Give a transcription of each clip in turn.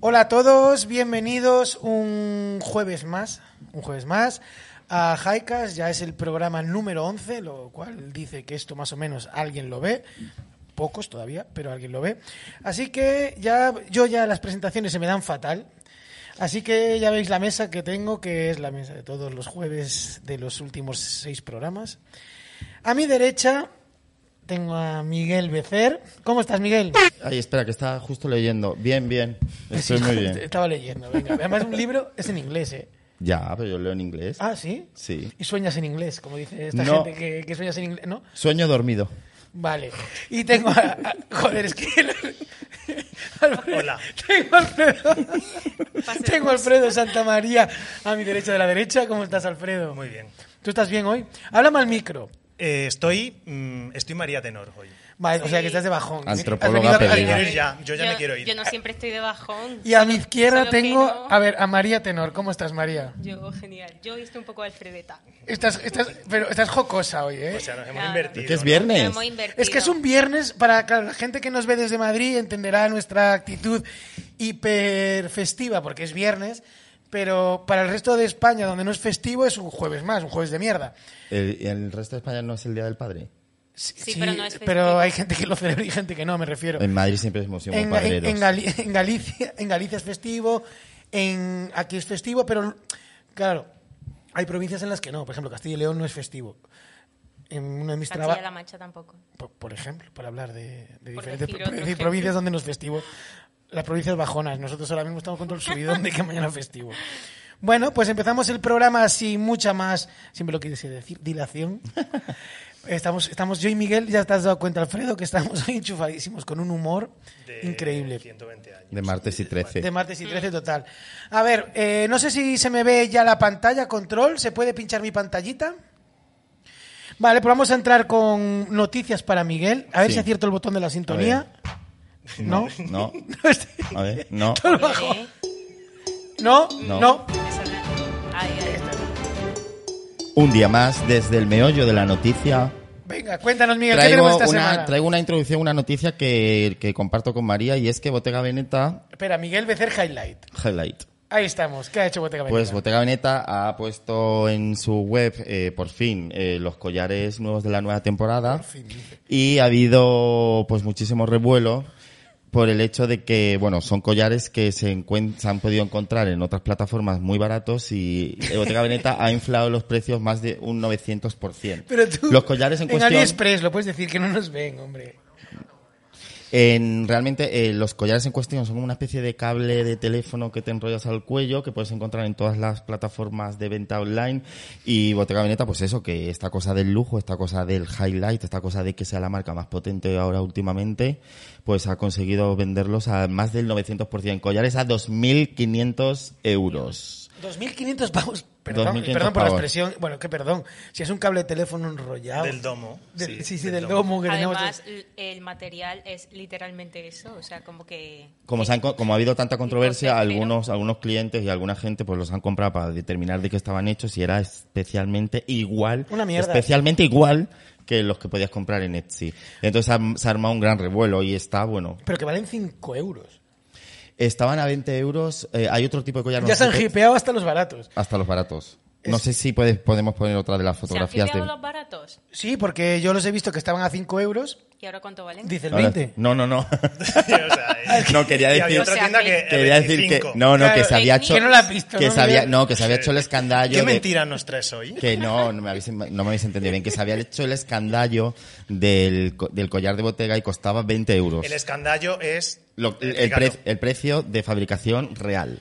Hola a todos, bienvenidos un jueves más, un jueves más a Jaikas, ya es el programa número 11, lo cual dice que esto más o menos alguien lo ve, pocos todavía, pero alguien lo ve. Así que ya yo ya las presentaciones se me dan fatal. Así que ya veis la mesa que tengo, que es la mesa de todos los jueves de los últimos seis programas. A mi derecha tengo a Miguel Becer. ¿Cómo estás, Miguel? Ay, espera, que estaba justo leyendo. Bien, bien. Estoy Sí, muy te- bien. Estaba leyendo, venga. Además, un libro es en inglés, ¿eh? Ya, pero yo leo en inglés. Ah, ¿sí? Sí. Y sueñas en inglés, como dice esta No. gente que, que sueñas en inglés, ¿no? Sueño dormido. Vale. Y tengo a... a- joder, es que... Hola. Tengo a Alfredo, tengo a Alfredo Santamaría a mi derecha de la derecha. ¿Cómo estás, Alfredo? Muy bien. ¿Tú estás bien hoy? Háblame al micro. Eh, estoy, mm, estoy María Tenor hoy. Vale, O sea, Sí. que estás de bajón. Antropóloga Has venido a- perdida. has venido- ya, yo ya me quiero ir. Yo no siempre estoy de bajón. Y a mi izquierda Solo que tengo... no. A ver, a María Tenor. ¿Cómo estás, María? Yo, genial. Yo hoy estoy un poco alfredeta. Estás, estás, pero estás jocosa hoy, ¿eh? O sea, nos hemos Claro. invertido. Es que es ¿no? Me viernes. hemos invertido. Es que es un viernes para claro, la gente que nos ve desde Madrid entenderá nuestra actitud hiper festiva porque es viernes, pero para el resto de España donde no es festivo es un jueves más, un jueves de mierda. El, el resto de España no es el Día del Padre. Sí, pero no es festivo. pero hay gente que lo celebra y gente que no, me refiero. En Madrid siempre hemos sido muy En, en- padreros. en Gali- en Galicia, en Galicia es festivo, en aquí es festivo, pero claro, hay provincias en las que no. Por ejemplo, Castilla y León no es festivo. En uno de mis trabajos. Castilla-La Mancha tampoco. por, por ejemplo, por hablar de, de Por diferentes decir pro- otro decir, ejemplo. provincias donde no es festivo. Las provincias bajonas. Nosotros ahora mismo estamos con todo el subidón de que mañana es festivo. Bueno, pues empezamos el programa sin mucha más, siempre lo quise decir, dilación. Estamos, estamos yo y Miguel, ya te has dado cuenta, Alfredo, que estamos hoy enchufadísimos con un humor De increíble. 120 años. De martes y 13. De martes y 13 total. A ver, eh, no sé si se me ve ya la pantalla, control. ¿Se puede pinchar mi pantallita? Vale, pues vamos a entrar con noticias para Miguel. A ver Sí. si acierto el botón de la sintonía. No. No. No, estoy- A ver, no. Todo bajo. No, no. No. Eso no. Ay, ay. Un día más, desde el meollo de la noticia. Venga, cuéntanos, Miguel, ¿qué tenemos Traigo esta una, semana? traigo una introducción, una noticia que, que comparto con María y es que Bottega Veneta Espera, Miguel Becer Highlight. Highlight. Ahí estamos. ¿Qué ha hecho Bottega Pues Veneta? Bottega Veneta ha puesto en su web, eh, por fin, eh, los collares nuevos de la nueva temporada. Y ha habido, pues, muchísimo revuelo por el hecho de que, bueno, son collares que se, encuent- se han podido encontrar en otras plataformas muy baratos y eh, Bottega Veneta ha inflado los precios más de un 900%. Pero tú, los collares en, cuestión... AliExpress, lo puedes decir que no nos ven, hombre. En, realmente eh, los collares en cuestión son una especie de cable de teléfono que te enrollas al cuello, que puedes encontrar en todas las plataformas de venta online. Y Bottega Veneta, pues eso, que esta cosa del lujo, esta cosa del highlight, esta cosa de que sea la marca más potente ahora últimamente, pues ha conseguido venderlos a más del 900%. Collares a 2.500 euros. 2.500 pavos. Perdón, 2.500 perdón por la pavos. expresión. Bueno, que perdón. Si es un cable de teléfono enrollado. Del domo. Del- sí, sí, del, domo. domo que tenemos. Además, l- el material es literalmente eso. O sea, como que... Como, se han co- como ha habido tanta controversia, Imposible, ¿no? algunos, algunos clientes y alguna gente pues los han comprado para determinar de qué estaban hechos y era especialmente igual, Una mierda. especialmente igual que los que podías comprar en Etsy. Entonces ha- se ha armado un gran revuelo y está, bueno, Pero que valen 5 euros. estaban a 20 euros, eh, hay otro tipo de collar. no ya sé se han qué- hipeado hasta los baratos. Hasta los baratos. No Es- sé si puedes, podemos poner otra de las ¿Se han fotografías fideado de... los baratos? Sí, porque yo los he visto que estaban a 5 euros. ¿Y ahora cuánto valen? Dice el Ahora- 20. No, no, no. Sí, o sea, eh, No, quería y había decir- otra O sea, tienda que- que. Quería decir que... No, no, que Claro, se había hecho... que no la has visto, que ¿no, se había, Miguel? no, que se había hecho el escandallo ¿Qué de... mentira nos traes hoy? Que no, no me habéis, no me habéis entendido bien. Que se había hecho el escandallo del, co- del collar de botega y costaba 20 euros. El escandallo es. Lo- el, Explícalo. pre- el precio de fabricación real.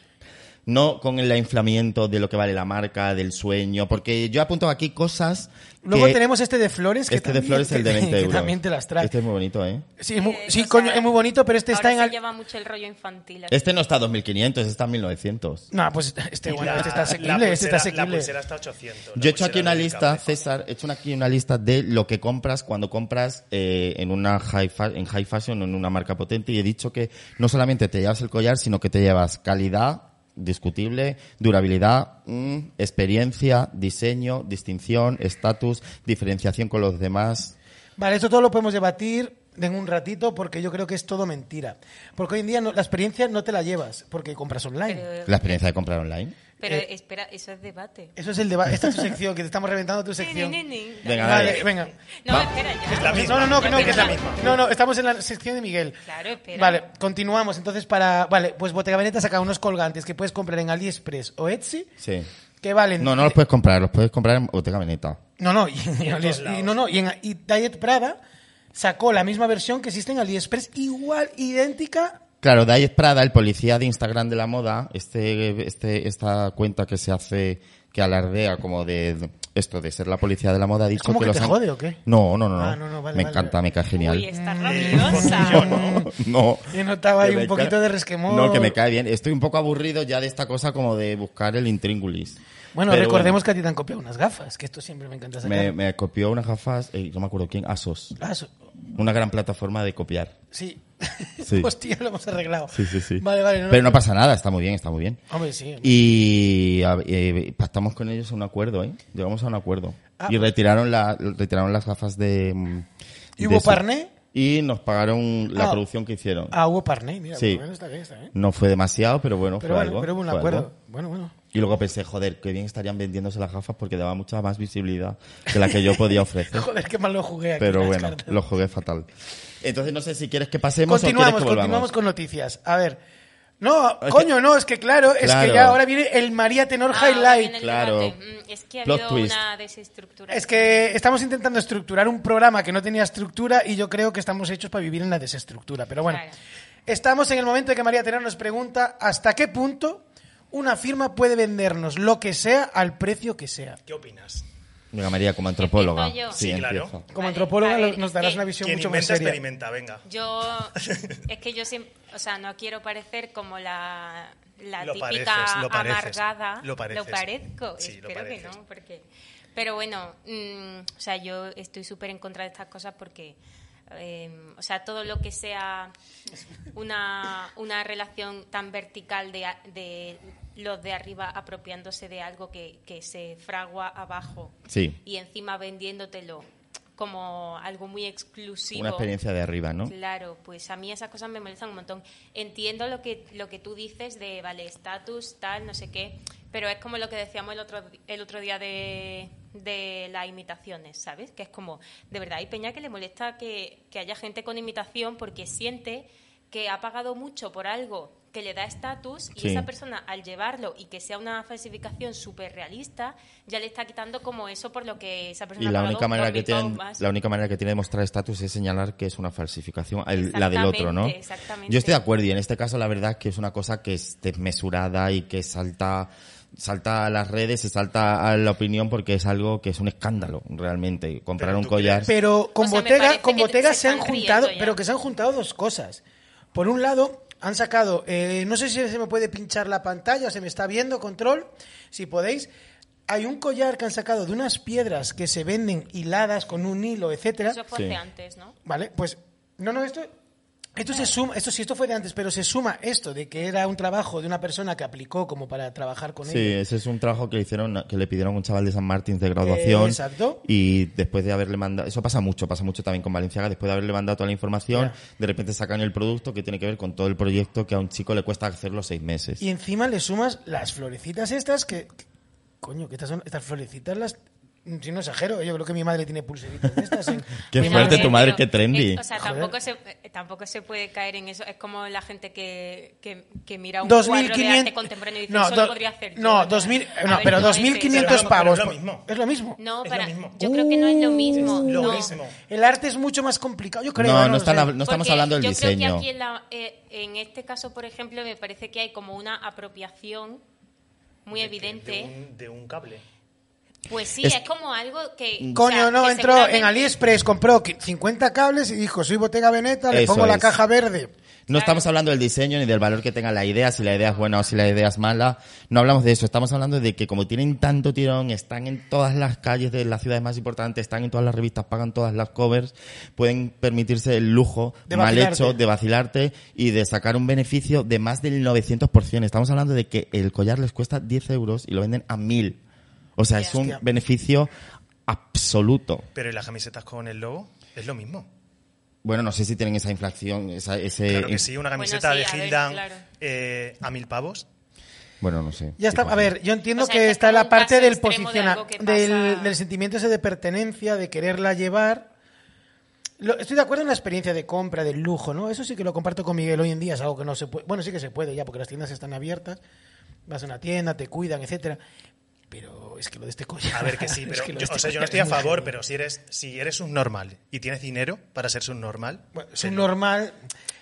No con el inflamiento de lo que vale la marca, del sueño. Porque yo apunto aquí cosas. Luego que- tenemos este de flores. Que Este de también- flores, el de que- 20 que euros. también te las trae. Este es muy bonito, ¿eh? Sí, es muy, Eh, sí, o coño, sea, es muy bonito, pero este está en. ahora al- se lleva mucho el rollo infantil. así. Este no está a 2.500, está a 1.900. No, pues este, Y bueno, la- este está la asequible. pulsera- Este está La asequible. pulsera está 800. la Yo he hecho aquí pulsera una del lista, cable. César, he hecho aquí una lista de lo que compras cuando compras eh, en una high fa- en high fashion o en una marca potente y he dicho que no solamente te llevas el collar, sino que te llevas calidad discutible, durabilidad, mm, experiencia, diseño, distinción, estatus, diferenciación con los demás. Vale, esto todo lo podemos debatir en un ratito porque yo creo que es todo mentira. Porque hoy en día no- la experiencia no te la llevas porque compras online. Pero, La experiencia de comprar online. pero eh, espera, eso es debate. Eso es el debate. Esta es tu sección, que te estamos reventando tu sección. Ni, ni, ni, Venga, dale. Vale, venga. No, Va. espera ya. la misma. No, no, no, no, Venga, que- es la misma. no, no, estamos en la sección de Miguel. Claro, espera. Vale, continuamos. Entonces, para. Vale, pues Bottega Veneta saca unos colgantes que puedes comprar en AliExpress o Etsy Sí. que valen. No, no los puedes comprar, los puedes comprar en Bottega Veneta. No, no, y, y en Alies- todos lados. y no, no, y, en- y Diet Prada sacó la misma versión que existe en AliExpress, igual, idéntica. Claro, Dayes Prada, el policía de Instagram de la moda, este, este, esta cuenta que se hace, que alardea como de de esto, de ser la policía de la moda, ha dicho como que los te han- jode o qué? No, no, no, no. Ah, no, no, vale, me vale. encanta, me cae genial. Uy, está ¿eh? Eh, rabiosa. yo no. no. Yo notaba ahí Que me un poquito cae- de resquemor. No, que me cae bien. Estoy un poco aburrido ya de esta cosa como de buscar el intríngulis. Bueno, Pero recordemos que a ti te han copiado unas gafas, que esto siempre me encanta sacar. Me, me copió unas gafas, eh, no me acuerdo quién, Asos. Ah, eso- Una gran plataforma de copiar. sí. Sí. Hostia, lo hemos arreglado. Sí, sí, sí. Vale, vale. Pero no pasa nada, está muy bien, está muy bien. Hombre, sí. Y a- eh, pactamos con ellos un acuerdo, ¿eh? Llegamos a un acuerdo. Ah. Y retiraron, la, retiraron las gafas de... mm, ¿Y de hubo eso. parné? Y nos pagaron la Ah. producción que hicieron. Ah, hubo parné, mira, Sí. por lo menos está bien, está bien. No fue demasiado, pero bueno, Pero fue bueno, algo. pero hubo un fue acuerdo. algo. Bueno, bueno. Y luego pensé, joder, qué bien estarían vendiéndose las gafas porque daba mucha más visibilidad que la que yo podía ofrecer. Joder, qué mal lo jugué aquí. Pero las bueno, cartas. lo jugué fatal. Entonces no sé si quieres que pasemos o Continuamos, quieres que volvamos. continuamos con noticias. A ver. No, Es que- coño, no, es que claro, es Claro. que ya ahora viene el María Tenor Ah, Highlight. en el Claro. debate. Mm, Es que ha Plot habido twist. una desestructura. Es que estamos intentando estructurar un programa que no tenía estructura y yo creo que estamos hechos para vivir en la desestructura. Pero bueno, Claro. estamos en el momento de que María Tenor nos pregunta hasta qué punto una firma puede vendernos lo que sea al precio que sea. ¿Qué opinas? Venga, María, como antropóloga. Empiezo yo. Sí, Sí, claro. empieza. Como Vale, Eh, antropóloga a ver, nos es darás que- una visión Quien mucho más inventa seria. experimenta, venga. Yo, es que yo siempre, o sea, no quiero parecer como la, la Lo típica pareces, lo pareces, amargada. lo pareces. parezco, Sí, lo espero que pareces. no, porque... Pero bueno, mm, o sea, yo estoy súper en contra de estas cosas porque, eh, o sea, todo lo que sea una, una relación tan vertical de, a- de los de arriba apropiándose de algo que, que se fragua abajo Sí. y encima vendiéndotelo como algo muy exclusivo. Una experiencia de arriba, ¿no? Claro, pues a mí esas cosas me molestan un montón. Entiendo lo que, lo que tú dices de, vale, estatus, tal, no sé qué, pero es como lo que decíamos el otro, el otro día de, de las imitaciones, ¿sabes? Que es como, de verdad, hay peña que le molesta que, que haya gente con imitación porque siente que ha pagado mucho por algo que le da estatus y Sí. esa persona al llevarlo y que sea una falsificación súper realista ya le está quitando como eso por lo que esa persona Y ha la pagado única un manera que tormentón tienen, más. la única manera que tiene de mostrar estatus es señalar que es una falsificación, el- la del otro, ¿no? Exactamente, exactamente. Yo estoy de acuerdo y en este caso la verdad es que es una cosa que es desmesurada y que salta salta a las redes, se salta a la opinión porque es algo que es un escándalo realmente comprar Pero un tú collar. Pero con O sea, me Bottega, parece con que Bottega se se, han están juntado, riendo ya. pero que se han juntado dos cosas. Por un lado, han sacado, eh, no sé si se me puede pinchar la pantalla, se me está viendo, control, si podéis. Hay un collar que han sacado de unas piedras que se venden hiladas con un hilo, etcétera. Eso fue Sí. hace antes, ¿no? Vale, pues no, no, esto esto se suma, esto sí esto fue de antes, pero se suma esto de que era un trabajo de una persona que aplicó como para trabajar con Sí, ellos. ese es un trabajo que le hicieron, que le pidieron a un chaval de San Martín de graduación. Eh, exacto. Y después de haberle mandado, eso pasa mucho, pasa mucho también con Valenciaga, después de haberle mandado toda la información, Ya. de repente sacan el producto que tiene que ver con todo el proyecto que a un chico le cuesta hacerlo seis meses. Y encima le sumas las florecitas estas que. que- Coño, que estas son. Estas florecitas las. Si no exagero, yo creo que mi madre tiene pulseritas de estas. en- Qué mi Pero, fuerte a ver, tu madre, eh, qué pero trendy. es- o sea, Joder. tampoco se, eh, tampoco se puede caer en eso. Es como la gente que, que, que mira un cuadro de 2.500. arte contemporáneo y dice, No, eso do- lo podría hacer yo. no, 2000, A no ver, pero no es eso. 2.500 Pero no, pavos. pero es lo mismo. Es lo mismo. Uh, No, Es lo para, mismo. yo creo que no es lo mismo. Es lo no. mismo. El arte es mucho más complicado, yo creo. no, no, Lo están sé. hab- no estamos Porque hablando del yo Creo que diseño. aquí en, la- eh, en este caso, por ejemplo, me parece que hay como una apropiación muy De- de- evidente. De un, de un cable. Pues sí, Es- es, como algo que... Coño, o sea, no, que entró en seguramente- AliExpress, compró 50 cables y dijo, soy Bottega Veneta, le Eso pongo la es. caja verde. No estamos hablando del diseño ni del valor que tenga la idea, si la idea es buena o si la idea es mala. No hablamos de eso. Estamos hablando de que como tienen tanto tirón, están en todas las calles de las ciudades más importantes, están en todas las revistas, pagan todas las covers, pueden permitirse el lujo De mal vacilarte. hecho de vacilarte y de sacar un beneficio de más del 900%. Estamos hablando de que el collar les cuesta 10 euros y lo venden a 1000. O sea, es un Hostia. beneficio absoluto. Pero ¿y las camisetas con el logo? Es lo mismo. Bueno, no sé si tienen esa inflación, esa- ese... Claro que sí, una Bueno, camiseta sí, a de ver, Hildan claro. eh, a mil pavos. Bueno, no sé. Ya está, a ver, yo entiendo O sea, que que es está como la un parte caso del extremo de posiciona, algo que del, pasa- del sentimiento ese de pertenencia, de quererla llevar. Lo- estoy de acuerdo en la experiencia de compra, del lujo, ¿no? Eso sí que lo comparto con Miguel hoy en día, es algo que no se puede. Bueno, sí que se puede ya, porque las tiendas están abiertas, vas a una tienda, te cuidan, etcétera. Pero es que lo de este collar. A ver que sí, es pero que lo de yo, o este sea, yo collar no estoy a es muy favor, heavy. pero si eres si eres un normal y tienes dinero para ser subnormal, Bueno, es se- un normal.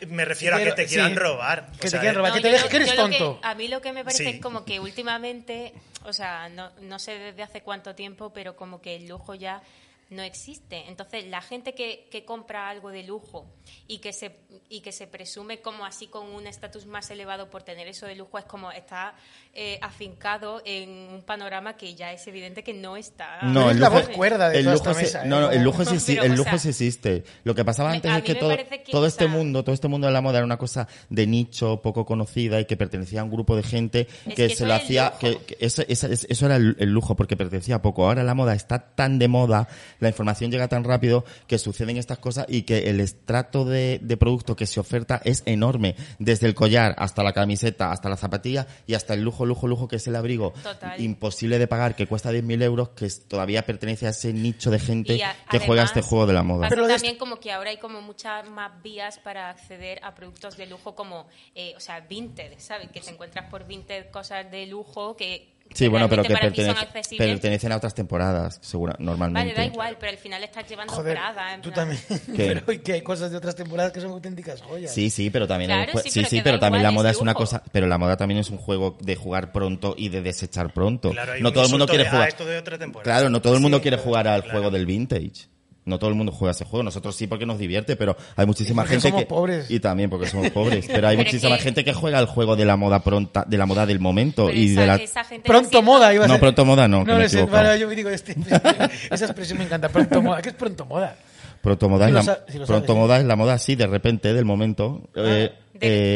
me refiero a Quiero- que te sí. quieran robar. Que te quieran robar. Para eh, que No, te yo dejes lo- que eres yo lo tonto. a mí lo que me parece Sí. es como que últimamente, o sea, no, no sé desde hace cuánto tiempo, pero como que el lujo ya no existe. Entonces, la gente que, que compra algo de lujo y que se y que se presume como así con un estatus más elevado por tener eso de lujo es como está eh, afincado en un panorama que ya es evidente que no está. Pero No, es el la lujo, voz cuerda de el toda lujo esta se- mesa, ¿eh? no, no, el lujo, Pero, sí, el o lujo sea, sí existe. Lo que pasaba me- antes a es mí que me todo, parece que, todo o este sea- mundo, todo este mundo de la moda era una cosa de nicho, poco conocida y que pertenecía a un grupo de gente que, Es que se eso lo era el hacía, que, lujo. que eso, esa- es- eso era el, el lujo porque pertenecía a poco. Ahora la moda está tan de moda, la información llega tan rápido que suceden estas cosas y que el estrato de, de producto que se oferta es enorme. Desde el collar hasta la camiseta, hasta la zapatilla y hasta el lujo, lujo, lujo que es el abrigo. Total. Y imposible de pagar, que cuesta 10.000 euros, que es- todavía pertenece a ese nicho de gente Y a- que juega además, este juego de la moda. Pasa Pero de este también como que ahora hay como muchas más vías para acceder a productos de lujo como, eh, o sea, vinted, ¿sabes? Que te encuentras por vinted cosas de lujo que sí, bueno, pero que realmente para ti son pertenece- accesibles. pertenecen a otras temporadas, segura, normalmente. Vale, da igual, pero al final estás llevando Joder, Prada. en tú plan. también. Pero y que hay cosas de otras temporadas que son auténticas joyas. Sí, sí, pero también Claro, hay un jue- sí, sí, pero sí, que pero da también la igual, moda es es una lujo. cosa, pero la moda también es un juego de jugar pronto y de desechar pronto. Claro, hay no un todo el mundo insulto quiere de, "Ah, jugar. esto de otra temporada". Claro, no todo el mundo Sí, quiere jugar al claro. juego del vintage. No todo el mundo juega ese juego. Nosotros sí porque nos divierte, pero hay muchísima Y porque gente somos que pobres. y también porque somos pobres, pero hay Pero es muchísima que- gente que juega al juego de la moda pronta, de la moda del momento Pero y esa- de la esa gente Pronto haciendo- moda iba a No, ser. pronto moda no, que me he lo sé, equivocado. vale, yo digo este- Esa expresión me encanta. Pronto moda. ¿Qué es pronto moda? Pronto moda, Si es lo la, sa- si lo pronto sabes, moda es la moda así, de repente, del momento. eh, Ah, de-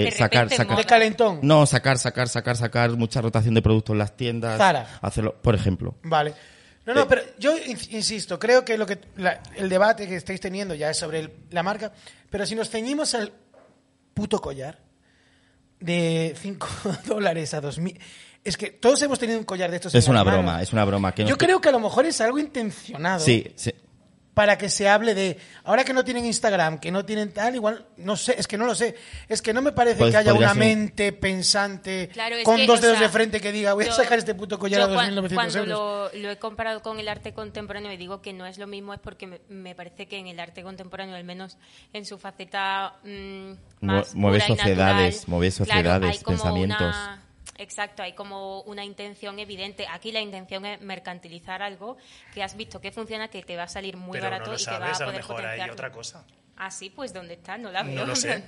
eh, de sacar, repente sacar. De moda. calentón. No, sacar, sacar, sacar, sacar. Mucha rotación de productos en las tiendas. Zara. Hacerlo, por ejemplo. Vale. No, no, pero yo in- insisto, creo que, lo que la- el debate que estáis teniendo ya es sobre el- la marca, pero si nos ceñimos al puto collar de 5 dólares a 2.000, es que todos hemos tenido un collar de estos. en Es las una manos. broma, es una broma. Que no- Yo creo que a lo mejor es algo intencionado Sí, sí. para que se hable de, ahora que no tienen Instagram, que no tienen tal, igual, no sé, es que no lo sé, es que no me parece Pues que haya podría una ser- mente pensante Claro, es con que, dos o dedos sea, de frente que diga, voy a yo- sacar este puto collar yo a cua- 2.900 euros. Cuando lo, lo he comparado con el arte contemporáneo y digo que no es lo mismo, es porque me, me parece que en el arte contemporáneo, al menos en su faceta mm, más mueve pura y sociedades, natural, mueve claro, sociedades, hay como pensamientos. una- Exacto, hay como una intención evidente. Aquí la intención es mercantilizar algo que has visto que funciona, que te va a salir muy pero barato no lo y que va sabes, a a, poder lo mejor hay potenciar. otra cosa. Ah, sí, pues ¿dónde está? No la veo. No lo sé.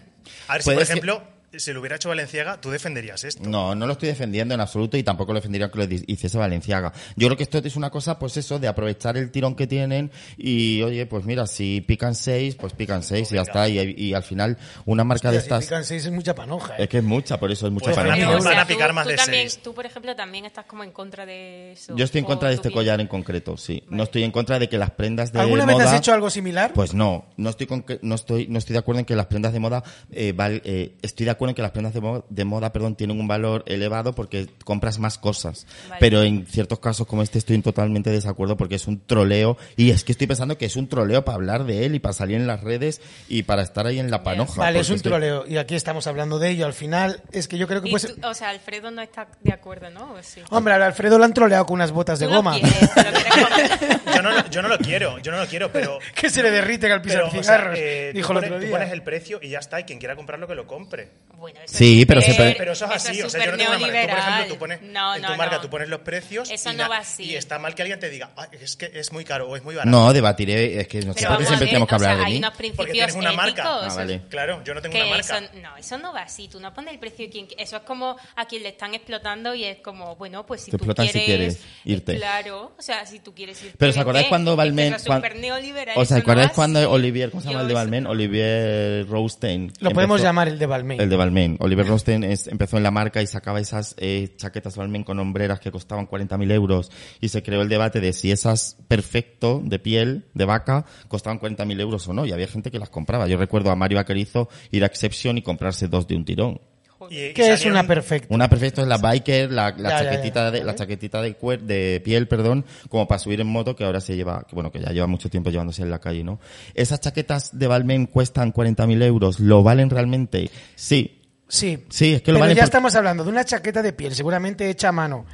A ver, si Puede por ser- ejemplo, si lo hubiera hecho Valenciaga, tú defenderías esto. No, no lo estoy defendiendo en absoluto y tampoco lo defendería que lo di- hiciese Valenciaga. Yo creo que esto es una cosa, pues eso, de aprovechar el tirón que tienen y, oye, pues mira, si pican seis, pues pican seis y ya está. Y, y al final, una marca de Hostia, si estas... pican seis es mucha panoja. ¿eh? Es que es mucha, por eso es mucha Pues para van a mí. picar- Pero, o sea, van a tú- picar más tú de también- seis. Tú, por ejemplo, también estás como en contra de eso. Yo estoy en ¿O contra de tú este piensas? collar en concreto, sí. No estoy en contra de que las prendas de ¿Alguna moda... vez has hecho algo similar? Pues no, no estoy, con que- no estoy, no estoy de acuerdo en que las prendas de moda, eh, val- eh, estoy de acuerdo en que las prendas de, mo- de moda, perdón, tienen un valor elevado porque compras más cosas. Vale. Pero en ciertos casos como este estoy en totalmente desacuerdo porque es un troleo y es que estoy pensando que es un troleo para hablar de él y para salir en las redes y para estar ahí en la panoja. vale, es porque un que- troleo. Y aquí estamos hablando de ello. Al final, es que yo creo que Y pues. tú- o sea, Alfredo no está de acuerdo, ¿no? ¿O sí? Hombre, a Alfredo lo han troleado con unas botas de Tú lo goma. quieres, te lo quieres comer. Yo no, lo- yo no lo quiero, yo no lo quiero, pero... que se le derriten al pisar pero, o sea, cigarros. eh, tú dijo el pones- otro tú día. pones el precio y ya está, y quien quiera comprarlo que lo compre. Bueno, eso Sí, Eh, es pero se súper- puede- Pero eso es así, o sea, súper yo no tengo una marca. Tú, por ejemplo, tú pones neoliberal. No, en tu no, marca, no. tú pones los precios Eso y, no na- va así. y está mal que alguien te diga, "Ah, es que es muy caro o es muy barato. No, debatiré, es que no sé Pero por qué vamos a siempre ver, tenemos que o sea, hablar de hay mí. unos Porque principios tienes una marca. éticos. Ah, vale. Claro, yo no tengo una Que marca. eso, no, eso no va así. Tú no pones el precio. de Quien, eso es como a quien le están explotando y es como, bueno, pues si Te tú explotan si quieres, quieres irte. Claro, o sea, si tú quieres irte. Pero ¿os acordáis vete. cuando Balmain... Es que eso es cuan- súper neoliberal, ¿Os eso no acordáis va cuando así. Olivier, ¿cómo se Yo llama el de eso- Balmain? Olivier Rostein. Lo podemos llamar el de Balmain. El de Balmain. Oliver Rosten es- empezó en la marca y sacaba esas eh, chaquetas Balmain con hombreras que costaban 40.000 euros y se creó el debate de si esas perfecto de piel, de vaca, costaban 40.000 euros o no y había gente que las compraba. Yo recuerdo a Mario Vaquerizo ir a Exception y comprarse dos de un tirón. Joder. Y- y Que es salieron- una perfecta. Una perfecta es la biker, la, la Ya, ya, chaquetita ya, de la ¿vale? chaquetita de cuer- de piel, perdón, como para subir en moto que ahora se lleva, que bueno, que ya lleva mucho tiempo llevándose en la calle, ¿no? Esas chaquetas de Balmain cuestan 40.000 euros, ¿lo valen realmente? Sí. Sí. Sí, es que lo Pero valen ya por- estamos hablando de una chaqueta de piel, seguramente hecha a mano.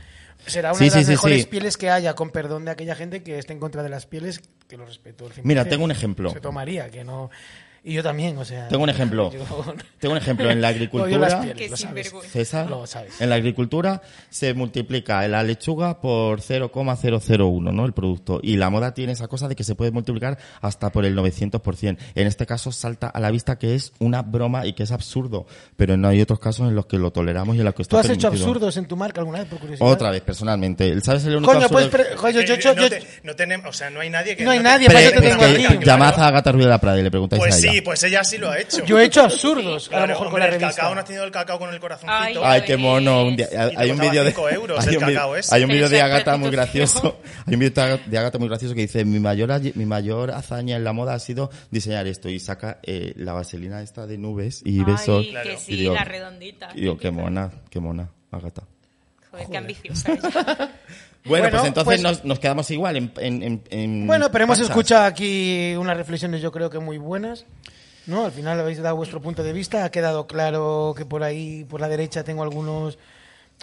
Será una Sí, de sí, las sí, mejores sí. pieles que haya, con perdón de aquella gente que esté en contra de las pieles, que lo respeto. al fin, Mira, que tengo un ejemplo. Se tomaría, que no... Y yo también, o sea... Tengo un ejemplo. yo- Tengo un ejemplo en la odio las agricultura. pieles, Qué lo sabes. sinvergüenza. César, Lo sabes. en la agricultura se multiplica la lechuga por 0,001, ¿no? El producto. Y la moda tiene esa cosa de que se puede multiplicar hasta por el 900%. En este caso salta a la vista que es una broma y que es absurdo. Pero no hay otros casos en los que lo toleramos y en los que está ¿Tú has hecho permitido. absurdos en tu marca alguna vez, por curiosidad? Otra vez, personalmente. ¿Sabes el único Coño, pues... absurdo que- pre- joder, yo- Eh, yo- no, yo- te- no tenemos, o sea, no hay nadie que No hay te- nadie, Pre- para eso te es tengo que aquí. Llamad a Agata Ruiz de la Prada y le preguntáis Pues a ella. sí, pues ella sí lo ha hecho. Yo he hecho absurdos, a Claro, lo mejor con hombre, la el revista. cacao no ha tenido el cacao con el Ay, corazoncito. Ay, qué mono. Un día- Y hay, un costaba vídeo de cinco euros hay el un vi- cacao ese. hay un vídeo de Pero esa Agata muy prostitución. gracioso. Hay un vídeo de Ag- de Agata muy gracioso que dice mi mayor aye- mi mayor hazaña en la moda ha sido diseñar esto y saca eh, la vaselina esta de nubes y besos. Ay, que sí, Y digo- la redondita. y digo, qué mona, qué mona, Agata. Joder, qué ambiciosa ella. Bueno, Bueno, pues entonces pues- Nos, nos quedamos igual en, en- en- en Bueno, pero hemos Texas. escuchado aquí unas reflexiones yo creo que muy buenas. ¿No? Al final habéis dado vuestro punto de vista. Ha quedado claro que por ahí, por la derecha, tengo algunos...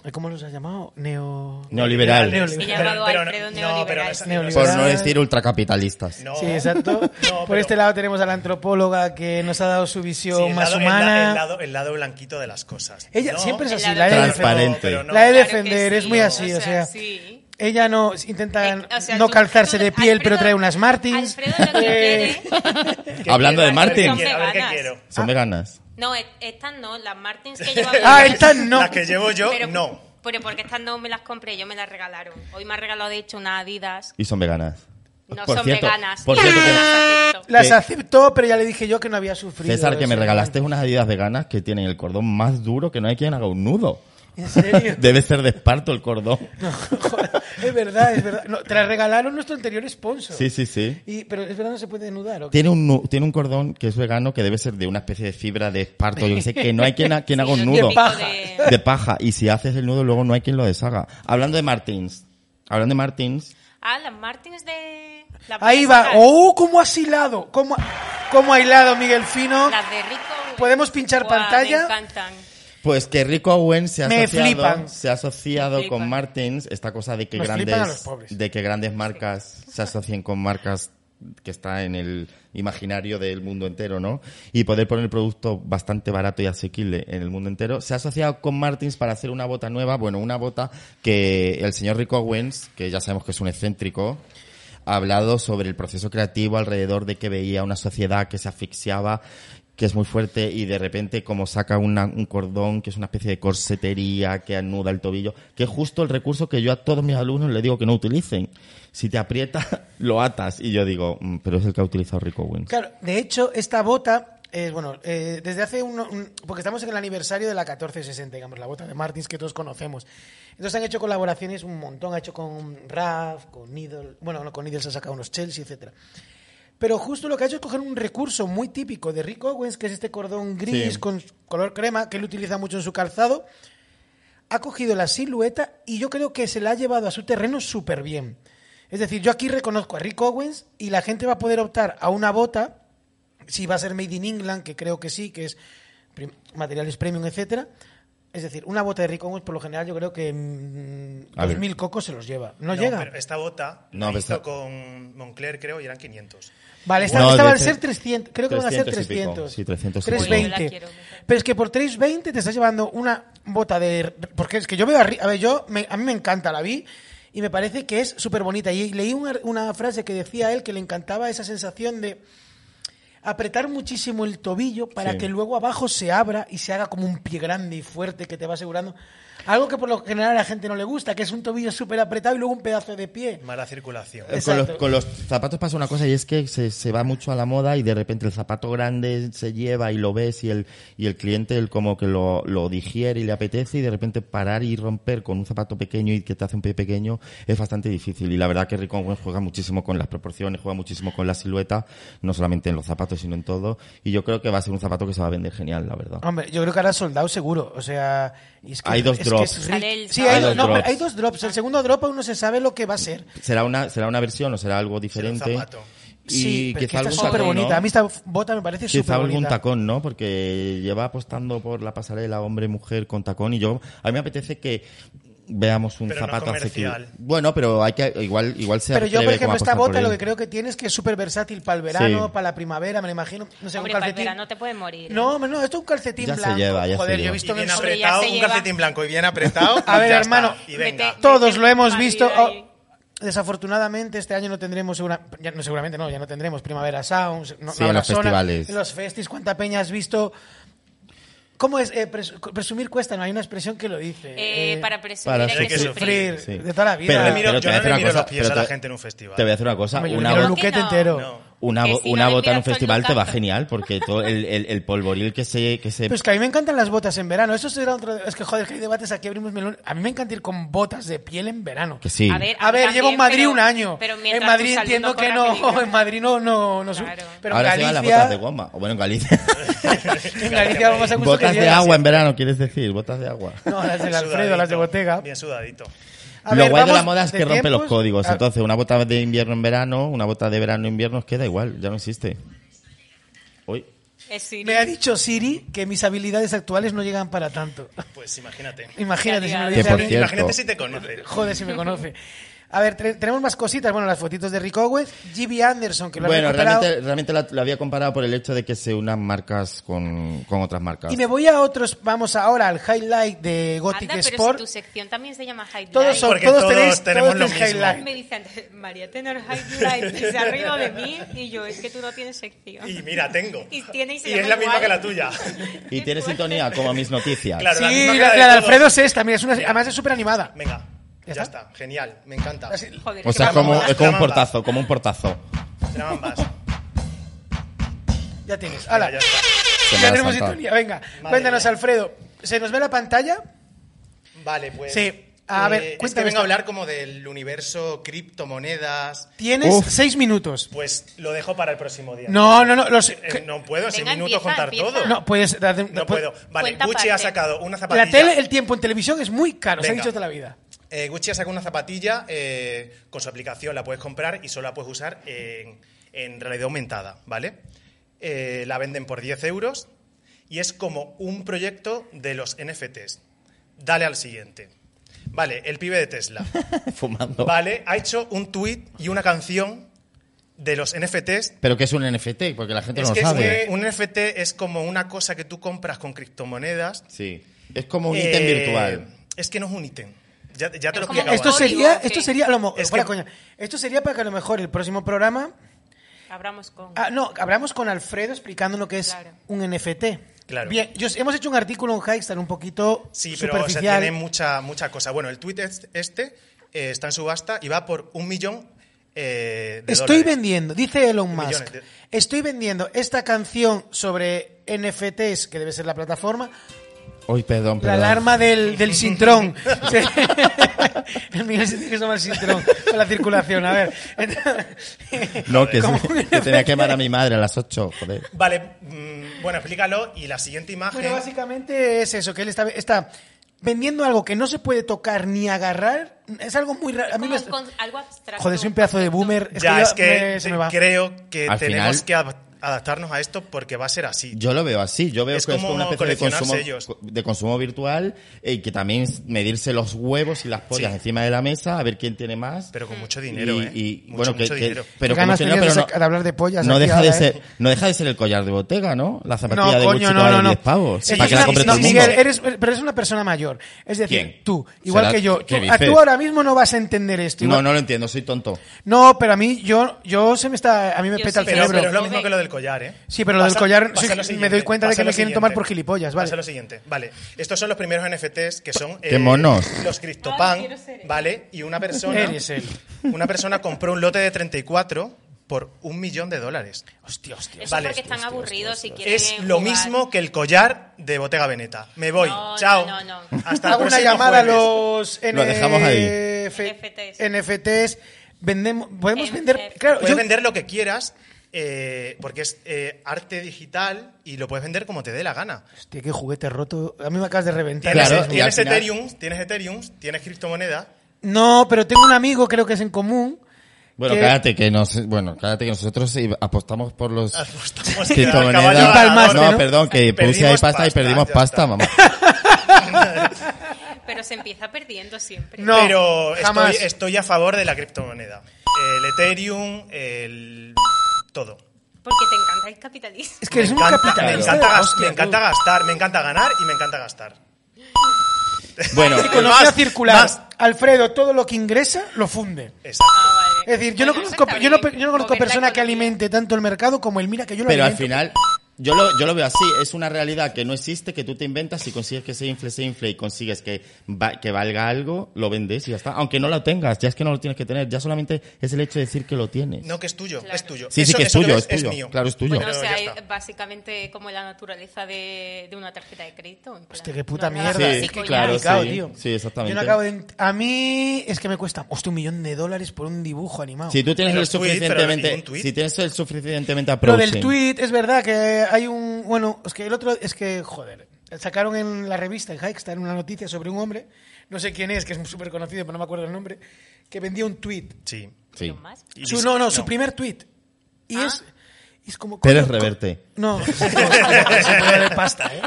eh, ¿Cómo los has llamado? Neo... Neoliberal. Neoliberal. He llamado a Alfredo no, no, pero no es- neoliberal. Por no decir ultracapitalistas. no. Sí, exacto. No, Por pero- este lado tenemos a la antropóloga que nos ha dado su Sí, visión el más lado- el la- humana. El lado, el lado blanquito de las cosas. Ella No, siempre es El así, lado la he de Transparente. defender. pero no. La he de Claro que defender, es sí, muy así, o sea. sí. Ella no intenta Eh, o sea, no tú- calzarse tú- de piel, pero Alfredo- trae unas Martins. Alfredo lo que Eh, quiere... ¿Qué Hablando quiero? de A ver qué Martins. quiero, a ver qué Son quiero. Son veganas. No, e- estas no, las Martins que llevaba... Ah, estas no. Las que llevo yo, no. Pero porque estas no me las compré, yo me las regalaron. Hoy me ha regalado, de hecho, una Adidas. Y son veganas. No Por son cierto, veganas. Por cierto, que- que... Las que- aceptó, pero ya le dije yo que no había sufrido. Eh, César, que me eso. regalaste unas adidas veganas que tienen el cordón más duro que no hay quien haga un nudo. ¿En serio? Debe ser de esparto el cordón. Joder, es verdad, es verdad. No, te la regalaron nuestro anterior sponsor. Sí, sí, sí. Y, pero es verdad, no se puede desnudar. ¿o qué? Tiene un, nu- tiene un cordón que es vegano que debe ser de una especie de fibra de esparto, yo que sé, que no hay quien, ha- quien haga un de nudo. paja. De... De paja. Y si haces el nudo, luego no hay quien lo deshaga. Hablando de Martins. Hablando de Martins. Ah, las Martins de... las Ahí voy a va. sacar. ¡Oh, cómo has hilado! ¿Cómo, ha- cómo ha hilado Miguel Fino? Las de Rico... güey. ¿Podemos pinchar Buah, pantalla? Me encantan. Pues que Rico Owen se ha Me asociado, flipan. se ha asociado Me flipan. con Martins, esta cosa de que Nos flipan a los grandes pobres. de que grandes marcas se asocien con marcas que está en el imaginario del mundo entero, ¿no? Y poder poner el producto bastante barato y asequible en el mundo entero. Se ha asociado con Martins para hacer una bota nueva, bueno, una bota que el señor Rico Owens, que ya sabemos que es un excéntrico, ha hablado sobre el proceso creativo alrededor de que veía una sociedad que se asfixiaba, que es muy fuerte y de repente como saca una- un cordón que es una especie de corsetería que anuda el tobillo, que es justo el recurso que yo a todos mis alumnos le digo que no utilicen. Si te aprieta, lo atas. Y yo digo, "Mm, pero es el que ha utilizado Rico Owens. Claro, de hecho, esta bota, eh, bueno, eh, desde hace uno, un- porque estamos en el aniversario de la 1460, digamos, la bota de Martins que todos conocemos. Entonces han hecho colaboraciones un montón, ha hecho con Raf, con Needle, bueno, no, con Needle se ha sacado unos Chelsea, etcétera. Pero justo lo que ha hecho es coger un recurso muy típico de Rick Owens, que es este cordón gris Sí. con color crema, que él utiliza mucho en su calzado. Ha cogido la silueta y yo creo que se la ha llevado a su terreno súper bien. Es decir, yo aquí reconozco a Rick Owens y la gente va a poder optar a una bota, si va a ser Made in England, que creo que sí, que es prim- materiales premium, etcétera. Es decir, una bota de Rick Owens, por lo general, yo creo que mm, A ver. 2.000 cocos se los lleva. No, No, llega. pero esta bota No, la pero hizo está- con Moncler, creo, y eran 500. Vale, esta, No, esta va a de ser tre- 300, creo que van a ser 300 y pico. 300. Sí, 300 y pico. 320. Uy, yo la quiero, me encanta. Pero es que por 320 te estás llevando una bota de... Porque es que yo veo a... Ri- A ver, yo, me- a mí me encanta, la vi y me parece que es súper bonita. Y leí una, una frase que decía él que le encantaba esa sensación de apretar muchísimo el tobillo para Sí. que luego abajo se abra y se haga como un pie grande y fuerte que te va asegurando. Algo que por lo general a la gente no le gusta, que es un tobillo súper apretado y luego un pedazo de pie. Mala circulación. Eh, Con Exacto. los, con los zapatos pasa una cosa y es que se, se va mucho a la moda y de repente el zapato grande se lleva y lo ves y el, y el cliente el como que lo, lo digiere y le apetece y de repente parar y romper con un zapato pequeño y que te hace un pie pequeño es bastante difícil y la verdad que Rico juega muchísimo con las proporciones, juega muchísimo con la silueta, no solamente en los zapatos sino en todo y yo creo que va a ser un zapato que se va a vender genial, la verdad. Hombre, yo creo que ahora soldado seguro. O sea, y es que- Hay dos es que drops. es Sale el rico. Sí, sábado. hay, Hay dos, dos no, pero drops. hay dos drops. El segundo drop aún no se sabe lo que va a ser. Será una, será una versión o será algo diferente. zapato. Y Sí, pero es que está quizá algún súper tacón, ¿no? bonita. A mí esta bota me parece Quizá súper algún bonita. tacón, ¿no? Porque lleva apostando por la pasarela hombre-mujer con tacón y yo a mí me apetece que veamos un Pero no zapato comercial. asequible. Bueno, pero hay que igual igual se Pero yo, por atreve ejemplo, como a esta apostar por bota lo él. que creo que tiene es que es súper versátil para el verano, Sí. para la primavera, me lo imagino. No sé, un Hombre, para el calcetín. verano te puedes morir. No, hombre, no, esto es un calcetín Ya se blanco. lleva, ya se Joder, yo he lleva. visto Y que bien en- Hombre, ya apretado, se un lleva. calcetín blanco y bien apretado. A y ver, ya hermano, está. Y venga. vete. todos lo hemos Madrid visto. ahí. Oh, desafortunadamente, este año no tendremos, segura- ya no, seguramente no, ya no tendremos Primavera Sounds. No, Sí, no en habrá los zona. festivales. En los festis, ¿cuánta peña has visto? ¿Cómo es? Eh, pres- presumir cuesta, no hay una expresión que lo dice. Eh, Eh, para presumir para hay sufrir. que sufrir. Sufrir, de toda la vida. Yo Pero- no le miro, pero te yo voy a no hacer le una miro cosa, los pies pero a la te- gente en un festival. Te voy a decir una cosa, Hombre, yo una, miro el bo- look- luquete No. entero. No. una, Que bo- si no una le bota en un miras con festival te va lucazo. genial porque todo el, el, el polvoril que se que se Pues que a mí me encantan las botas en verano. Eso será otro. Es que joder, que hay debates aquí, abrimos melón. A mí me encanta ir con botas de piel en verano. que sí. Eh, A ver, A ver, mí llevo en también, Madrid pero- un año. pero en mientras tu Madrid salud entiendo que corra no. peligro. En Madrid no, no, no sub- Claro. Pero en Ahora se Galicia. van las botas de goma, o bueno, en Galicia. en Galicia vamos a gusto botas que de llegas. agua en verano, quieres decir, botas de agua. No, las del Bien Alfredo, las de sudadito, Bottega. Bien sudadito. A lo ver, guay de la vamos moda es de que rompe los tiempos. códigos. Ah, Entonces, una bota de invierno en verano, una bota de verano en invierno, os queda igual, ya no existe. Uy. Es Siri. Me ha dicho Siri que mis habilidades actuales no llegan para tanto. Pues imagínate. Imagínate si me lo Que dice por alguien. Cierto. Imagínate si te conoce. Joder, si me conoce. A ver, tre- tenemos más cositas. Bueno, las fotitos de Rick Owens, GB Anderson, que lo ha Bueno, recuperado. realmente, realmente la, la había comparado por el hecho de que se unan marcas con, con otras marcas. Y me voy a otros, vamos ahora al highlight de Gothic Anda, pero Sport. si tu sección también se llama Highlight. Todos, son, Porque todos, todos tenéis, tenemos todos lo tenéis mismo. highlight. Me dice antes, María Tenor Highlight, se ha reído de mí y yo, es que tú no tienes sección. Y mira, tengo. Y tiene y se es llama la misma igual. que la tuya. Y tiene sintonía, como mis noticias. Claro. la Sí, la, misma que la de la de todos. Alfredo es esta, mira, es una, además es súper animada. Venga, ¿Ya ya, está? Ah, está? Genial, me encanta. Así- Joder, O qué sea, es como, mamada. es como un portazo, como un portazo. Te la mandas. Ya tienes, Venga, hala, ya, ya está. Se me ha tenemos saltado. sintonía, venga. Madre Cuéntanos, mía. Alfredo, ¿se nos ve la pantalla? Vale, pues. Sí, a ver, es que cuéntame vengo esto. a hablar como del universo criptomonedas. Tienes Uf. seis minutos. Pues lo dejo para el próximo día. No, no, no, los... Eh, no puedo, sin Venga, minutos empieza, contar empieza. todo. No, puedes... darte- No puedes- puedo. Vale, Cuenta Gucci aparte. ha sacado una zapatilla. La tele, el tiempo en televisión es muy caro, se ha Venga. dicho toda la vida. Eh, Gucci ha sacado una zapatilla eh, con su aplicación, la puedes comprar y solo la puedes usar en, en realidad aumentada, ¿vale? Eh, la venden por 10 euros y es como un proyecto de los NFTs. Dale al siguiente. Vale, el pibe de Tesla. Fumando. Vale, ha hecho un tuit y una canción de los NFTs. Pero que es un NFT, porque la gente Es no que lo es sabe. que un NFT es como una cosa que tú compras con criptomonedas. Sí. Es como un Eh, ítem virtual. Es que no es un ítem. Ya, ya te Es lo como explicaba. Esto Código, sería, ok. esto sería, a lo mo- Es fuera que- coña. esto sería para que a lo mejor el próximo programa, Abramos con. ah, no, hablamos con Alfredo explicando lo que es Claro. un NFT. Claro. Bien, yo- hemos hecho un artículo en Highstar un poquito Sí, pero o sea, superficial. tiene mucha, mucha cosa. Bueno, el tweet este eh, está en subasta y va por un millón eh, de Estoy dólares. vendiendo, dice Elon Musk, Millones de- estoy vendiendo esta canción sobre NFTs, que debe ser la plataforma, Uy, perdón, la perdón. alarma del, del sintrón. Sí. el Miguel se tiene que tomar el sintrón con la circulación, a ver. Entonces- No, que, Como se- un que tenía que llamar a mi madre a las 8, joder. Vale, mm, bueno, explícalo. Y la siguiente imagen. Bueno, básicamente es eso, que él está, está vendiendo algo que no se puede tocar ni agarrar, es algo muy raro. A mí Como me un con- algo abstracto. Joder, soy un pedazo de boomer. ya yo- es que me- se me va. creo que Al tenemos final- que ad- adaptarnos a esto porque va a ser así. Yo lo veo así, yo veo Es que es como como una especie de coleccionar consumo, sellos. de consumo virtual eh, y que también es medirse los huevos y las pollas encima de la mesa a ver quién tiene más. Pero Mm. con mucho dinero, y, ¿eh? y- mucho, bueno, que- mucho que- dinero. pero Qué ganas con mucho dinero, tenías de pero sac- de hablar de pollas No aquí deja, de ahora, ¿eh? ser, no deja de ser el collar de botega, ¿no? La zapatilla de Gucci coño, que no, vale no, no. 10 pavos. Es para que que la no, compre no, todo el mundo. Miguel, eres, pero eres una persona mayor. Es decir, ¿Quién? tú, igual Será- que yo. Tú, ¿qué a- dices? tú ahora mismo no vas a entender esto. No, igual- no lo entiendo, soy tonto. No, pero a mí, yo, yo se me está, a mí me Yo peta sí el que Pero, cerebro. pero es lo mismo que lo del del collar, ¿eh? Sí, pero lo del collar, sí, a me siguiente, doy cuenta de pasa que a me quieren lo siguiente. tomar por gilipollas, vale. Pasa a lo siguiente, vale. Estos son los primeros NFTs que son... eh, ¡Qué monos! Los CryptoPan, Ay, quiero ser él. ¿vale? Y una persona... Eres él. Una persona compró un lote de 34 por un millón de dólares. Hostia, hostia. Eso Vale. porque están aburridos y quieren Es lo jugar. mismo que el collar de Bottega Veneta. Me voy. No, no, Chao. no, no. Hasta el Hago una próximo llamada a jueves. los Lo dejamos ahí. NFTs. NFTs. Vendemos, podemos NFTs. vender. Claro, Puedes yo- vender lo que quieras eh, porque es eh, arte digital y lo puedes vender como te dé la gana. Hostia, qué juguete roto. A mí me acabas de reventar. Tienes, Claro, y tienes al final- Ethereum, tienes Ethereum, tienes criptomonedas. No, pero tengo un amigo, creo que es en común. Bueno, que- cállate que nos, bueno, cállate que nosotros eh, apostamos por los Ah, Apostamos que criptomonedas. acaba palmaste, no, ¿no? perdón, que Perdimos puse ahí pasta y pasta, perdimos ya pasta, está. mamá. Pero se empieza perdiendo siempre. No, pero estoy- jamás. Estoy, a favor de la criptomoneda. El Ethereum, el todo. Porque te encanta el capitalismo. Es que es me, un encanta, capitalista. me encanta gas- Hostia, me encanta tú. gastar, me encanta ganar y me encanta gastar. Bueno, Economía Más, circular. más. Alfredo, todo lo que ingresa lo funde. Exacto. Ah, vale. Es decir, yo no Bueno, eso conozco, está yo no, bien. yo no conozco Mover la persona que economía. alimente tanto el mercado como el mira que yo lo pero al alimento. final yo lo, yo lo veo así, es una realidad que no existe, que tú te inventas y consigues que se infle, se infle y consigues que, va- que valga algo, lo vendes y ya está. Aunque no lo tengas, ya es que no lo tienes que tener, ya solamente es el hecho de decir que lo tienes. No, que es tuyo, Claro. es tuyo. Sí, sí, Eso- que es eso tuyo, ves es tuyo. mío. Claro, es tuyo. Bueno, o Pero sea, eh, ya está. es básicamente como la naturaleza de, de una tarjeta de crédito. en plan, Hostia, qué puta no, nada mierda. Sí, es básico que ya. claro, complicado, sí. tío. Sí, exactamente. Yo no acabo de ent- A mí es que me cuesta, hostia, un millón de dólares por un dibujo animado. Si tú tienes Pero el tweet, pero suficientemente, ningún tweet. si tienes el suficientemente Lo approaching, del tweet, es verdad que hay un. Bueno, es que el otro. Es que, joder. Sacaron en la revista, en Hikestar, una noticia sobre un hombre. No sé quién es, que es súper conocido, pero no me acuerdo el nombre. Que vendía un tweet. Sí. sí. ¿Lo más? Y Su, dis- no, no, su primer tweet. Y Ah. es. Es como. Pérez coño, co- Reverte. No, se puede haber pasta, ¿eh?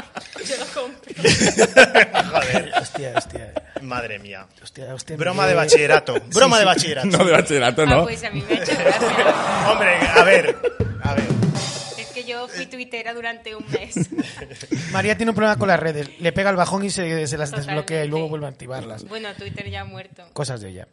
Yo lo compro. Joder, Hostia, hostia. madre mía. hostia, hostia Broma Miguel. de bachillerato. Broma de bachillerato. de bachillerato, Ah, pues a mí me ha hecho gracia. Hombre, a ver, a ver. Es que yo fui tuitera durante un mes. María tiene un problema con las redes. Le pega el bajón y se, se las Totalmente. desbloquea y luego vuelve a activarlas. Bueno, Twitter ya ha muerto. cosas de ella.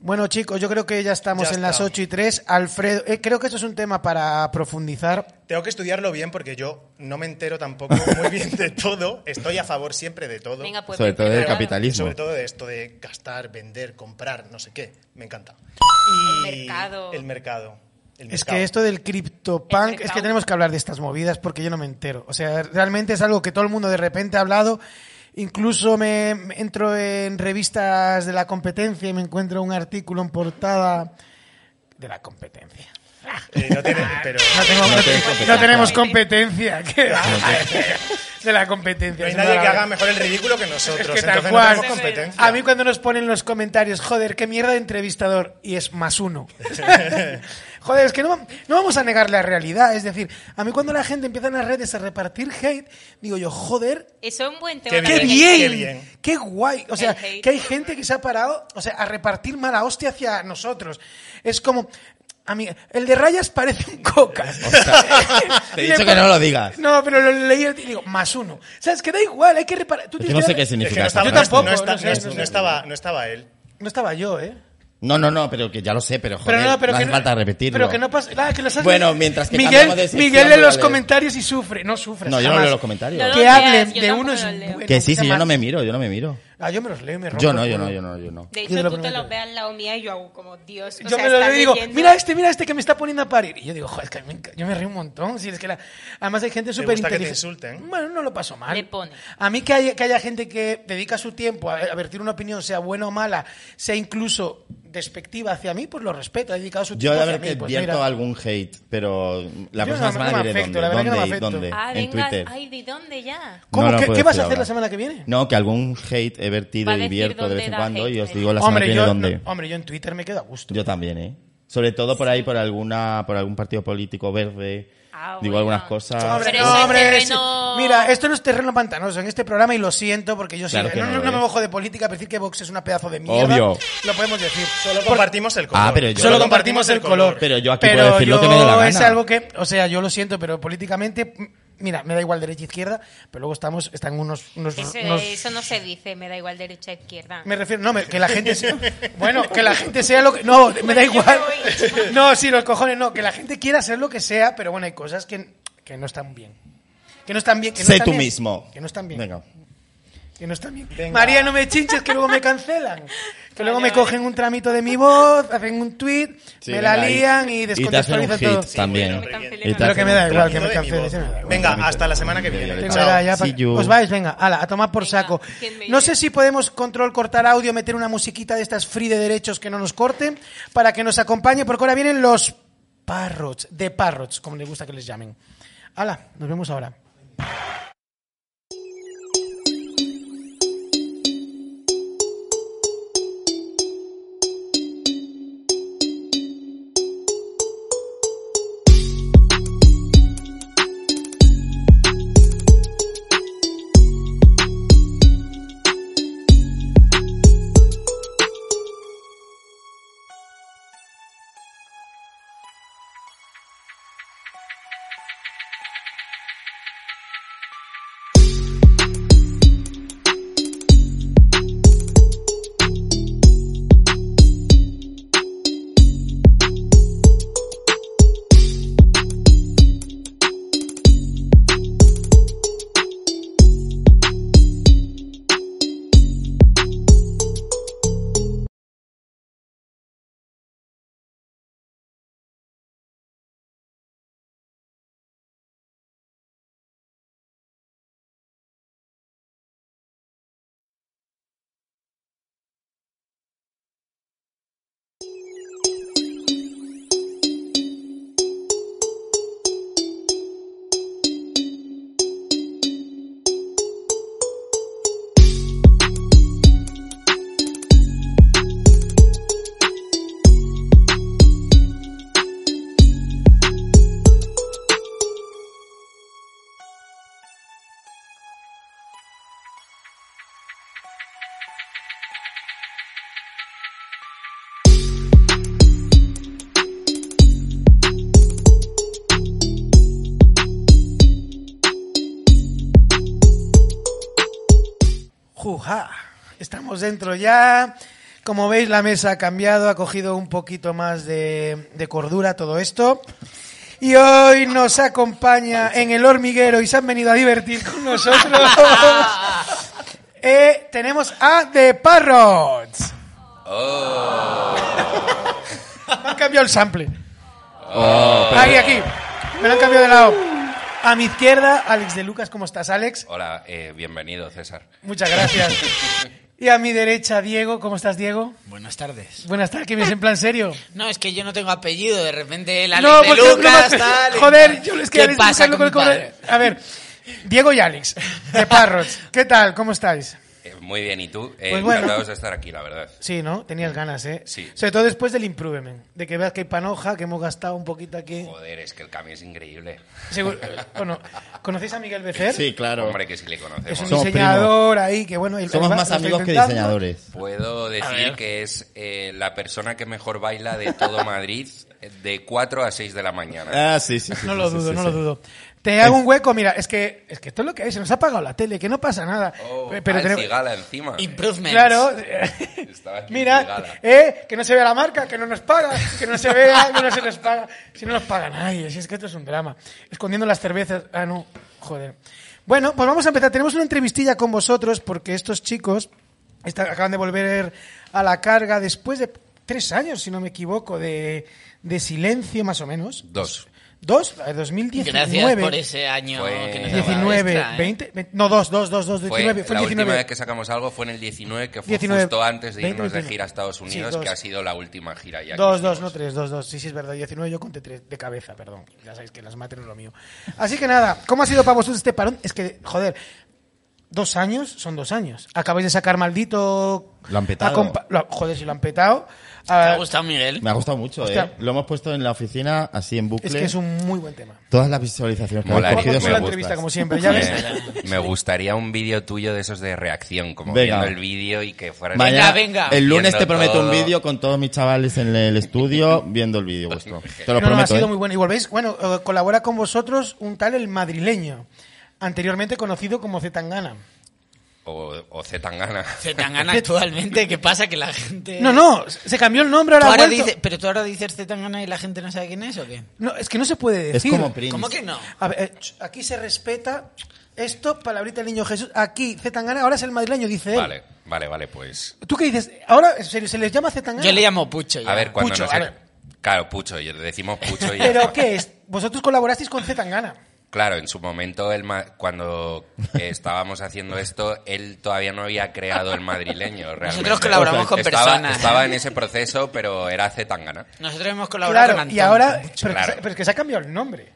Bueno, chicos, yo creo que ya estamos Ya en está. las 8 y 3. Alfredo, eh, creo que esto es un tema para profundizar. Tengo que estudiarlo bien porque yo no me entero tampoco muy bien de todo. Estoy a favor siempre de todo. Venga, pues. Sobre todo del vente, claro. capitalismo. Sobre todo de esto de gastar, vender, comprar, no sé qué. Me encanta. Y El mercado. El mercado. El Es mercado. que esto del El CryptoPunk, mercado. es que tenemos que hablar de estas movidas porque yo no me entero. O sea, realmente es algo que todo el mundo de repente ha hablado. Incluso me, me entro en revistas de la competencia y me encuentro un artículo en portada de la competencia. Eh, no tiene, pero No, tengo- No no te- tengo Pues competencia. no tenemos competencia. ¿qué va? de la competencia. no hay se me nadie da que la haga mejor el ridículo que nosotros. Es que tal Entonces cual. no tenemos competencia. A mí cuando nos ponen los comentarios, joder, qué mierda de entrevistador, y es más uno. joder, es que no, no vamos a negar la realidad. Es decir, a mí cuando la gente empieza en las redes a repartir hate, digo yo, joder, Eso es un buen tema. Qué qué también. bien, qué qué bien. guay. O sea, El hate. que hay gente que se ha parado, o sea, a repartir mala hostia hacia nosotros. Es como... A mí, el de rayas parece un coca. Te he dicho que no lo digas. No, pero lo leí y digo, más uno. O sea, es que da igual, hay que reparar. Tú Es que tienes no que sé dar- qué Es que significa. no estaba, Yo eso. tampoco, no está- no sé, no- no sé. no estaba, no estaba él. No estaba yo, ¿eh? No, no, no, pero que ya lo sé, pero joder, pero no, pero no que hace falta repetirlo. Pero que no pasa. ah, que lo sabes. Bueno, mientras que Miguel, cambiamos de sección, Miguel voy lee a los leer. comentarios y sufre. No sufres. No, yo no jamás. leo los comentarios. No lo Que leas, hablen yo de tampoco uno es lo leo. bueno, que sí, sí, yo mal. no me miro, yo no me miro. Ah, yo me los leo y me rompo. Yo el no, yo culo. no, yo no, yo no. De Yo te lo hecho, tú te prometo. los veas al lado mío y yo hago como Dios. o Yo sea, me lo estás leo y digo, leyendo- mira este, mira este que me está poniendo a parir. Y yo digo, joder, es que me enca- yo me río un montón. Si es que la- Además hay gente súper gusta que te inteligente. insulten? Bueno, no lo paso mal. Le pone. A mí que haya, que haya gente que dedica su tiempo a a vertir una opinión, sea buena o mala, sea incluso despectiva hacia mí, pues lo respeto. Ha dedicado su Yo tiempo de hacia haber mí. que Pues vierto mira. algún hate, pero la Yo próxima no, semana no me diré afecto, la verdad dónde, que no me dónde, y afecto. dónde, Ah, en venga, Twitter. ay, ¿de dónde ya? ¿Cómo? No lo ¿Qué, puedo qué vas decir a hacer ahora. la semana que viene? No, que algún hate he vertido Va a y decir vierto de dónde vez en da cuando hate, y os pero- digo la semana que viene yo, dónde. no, oh. hombre, yo en Twitter me quedo a gusto. Yo también, ¿eh? Sobre todo por ahí, por alguna por algún partido político verde. Ah, digo bueno. algunas cosas. Hombre, Pero no, eso es hombre, terreno- sí. Mira, esto no es terreno pantanoso en este programa y lo siento porque yo sí. eh, Claro que no, no no- lo no me es. mojo de política, pero decir que Vox es una pedazo de mierda. Obvio. Lo podemos decir. Solo compartimos el color. Ah, pero yo- Solo compartimos el color. Pero yo aquí puedo decir lo que yo- me dé la Es gana. algo que, o sea, yo lo siento, pero políticamente mm, Mira, me da igual derecha e izquierda, pero luego estamos, están unos. unos- Eso, unos- eso no se dice, me da igual derecha o izquierda. Me refiero, no, me- que la gente sea. Bueno, que la gente sea lo que. No, me da igual. No, sí, los cojones, no. Que la gente quiera ser lo que sea, pero bueno, hay cosas que, que no están bien. Que no están bien. Que no Sé están tú bien, mismo. Que no están bien. Venga. Que no están bien. Venga. María, no me chinches, que luego me cancelan. Que luego Vale, me vale. cogen un tramito de mi voz, hacen un tweet, Sí, me venga, la lían y, y te hacen un descontextualizan hit todo. también. bueno, Cancelen Y te con- Pero que me da hacen un igual que me tramito de cancelen. mi voz. sí, me da igual. Venga, Tramito hasta la de- semana que viene. Tengo Chao. edad ya See pa- you. Os vais, venga, ala, a tomar por Venga, saco. Ah, ¿quién me No dice? sé si podemos control cortar audio, meter una musiquita de estas free de derechos que no nos corten, para que nos acompañe, porque ahora vienen los parrots, de parrots, como les gusta que les llamen. Ala, nos vemos ahora. Juja, estamos dentro ya. Como veis, la mesa ha cambiado, ha cogido un poquito más de, de cordura todo esto. Y hoy nos acompaña en el hormiguero y se han venido a divertir con nosotros. Eh, tenemos a The Parrots. Me han cambiado el sample. Ahí, aquí. Me lo han cambiado de lado. A mi izquierda, Alex de Lucas. ¿Cómo estás, Alex? Hola, eh, bienvenido, César. Muchas gracias. Y a mi derecha, Diego. ¿Cómo estás, Diego? Buenas tardes. Buenas tardes, que vienes en plan serio. No, es que yo no tengo apellido, de repente el Alex No, de porque no Lucas, me- tal, y Joder, tal. yo les ¿Qué quería pasa con mi padre? A ver, Diego y Alex, de Parrots. ¿Qué tal? ¿Cómo estáis? Eh, muy bien, ¿y tú? Eh, Pues bueno. Encantados de estar aquí, la verdad. Sí, ¿no? Tenías Mm. ganas, ¿eh? Sí. Sobre todo después del improvement. De que veas que hay panoja, que hemos gastado un poquito aquí. Joder, es que el cambio es increíble. Seguro- bueno, ¿conocéis a Miguel Becer? Sí, claro. Hombre, que sí le Es un conocemos. Somos diseñador ahí, que bueno... él- Somos él va- más lo está amigos que intentando. diseñadores. Puedo decir ver. que es eh, la persona que mejor baila de todo Madrid eh, de 4 a 6 de la Eh, mañana. Ah, sí, sí. sí, No sí, lo sí, dudo, sí, no sí. lo dudo. Te hago un hueco, mira, es que, es que esto es lo que hay, se nos ha apagado la tele, que no pasa nada. Oh, Pe- ah, el tenemos- cigala encima. Improvements. Claro. Estaba aquí Mira, pegada. eh, que no se vea la marca, que no nos paga, que no se vea, que no se nos paga. Si no nos paga nadie, si es que esto es un drama. Escondiendo las cervezas. Ah, no, joder. Bueno, pues vamos a empezar. Tenemos una entrevistilla con vosotros porque estos chicos están- acaban de volver a la carga después de tres años, si no me equivoco, de, de silencio más o menos. Dos. Dos, eh, 2019. Gracias por ese año Fue que nos 19, extra, ¿eh? 20, 20, no, dos, dos, dos, dos, Fue 19, fue la 19. última vez que sacamos algo fue en el 19, que fue 19, justo antes de 20, irnos 21. de gira a Estados Sí, Unidos, dos. que ha sido la última gira ya. que Dos, dos, no hicimos. tres, dos, dos. Sí, sí, es verdad. 19 yo conté tres de cabeza, perdón. Ya sabéis que las mates no es lo mío. Así que nada, ¿cómo ha sido para vosotros este parón? Es que, joder, dos años son dos años. Acabáis de sacar maldito... Lo han petado. Acompa- lo- joder, si lo han petado. ¿Te ha Ah, gustado, Miguel? Me ha gustado mucho, Hostia. ¿eh? Lo hemos puesto en la oficina, así en bucle. es que es un muy buen tema. Todas las visualizaciones que Mola, Vamos habéis cogido con la son entrevista, vuestras. como siempre. Ya ves, Me, me gustaría un vídeo tuyo de esos de reacción, como Venga. viendo el vídeo y que fuera Mañana- venga. El lunes te Viendo prometo un todo. vídeo con todos mis chavales en el estudio viendo el vídeo vuestro. Pues Te lo No, no, ha prometo. sido ¿eh? muy bueno. Y volvéis, bueno, eh, colabora con vosotros un tal el madrileño, anteriormente conocido como Zetangana. o, o Zetangana. Se tan gana actualmente. ¿Qué pasa? Que la gente. No, no, se cambió el nombre Tú ahora. ha Eh, ahora vuelto. dices- pero tú ahora dices te tan gana y la gente no sabe quién es o qué. No, es que no se puede Es decir. como Prince. ¿Cómo que no? A ver, eh, ch- aquí se respeta esto, palabrita del niño Jesús. Aquí, Zetangana, ahora es el madrileño, dice él. Vale, vale, vale, pues. ¿Tú qué dices? Ahora en serio, se les llama Zetangana. Yo le llamo Pucho. ya. A ver, cuando Pucho, nos. a ver. Claro, Pucho, y le decimos Pucho y ya ¿Pero está. qué es? Vosotros colaborasteis con Zetangana. Claro, en su momento, el ma- cuando eh, estábamos haciendo esto, él todavía no había creado el madrileño. Realmente. colaboramos con Estaba- personas. Estaba en ese proceso, pero era Zetangana. Nosotros hemos colaborado Claro, con Antón. y ahora. Pero, Mucho, es que claro. se- pero es que se ha cambiado el nombre.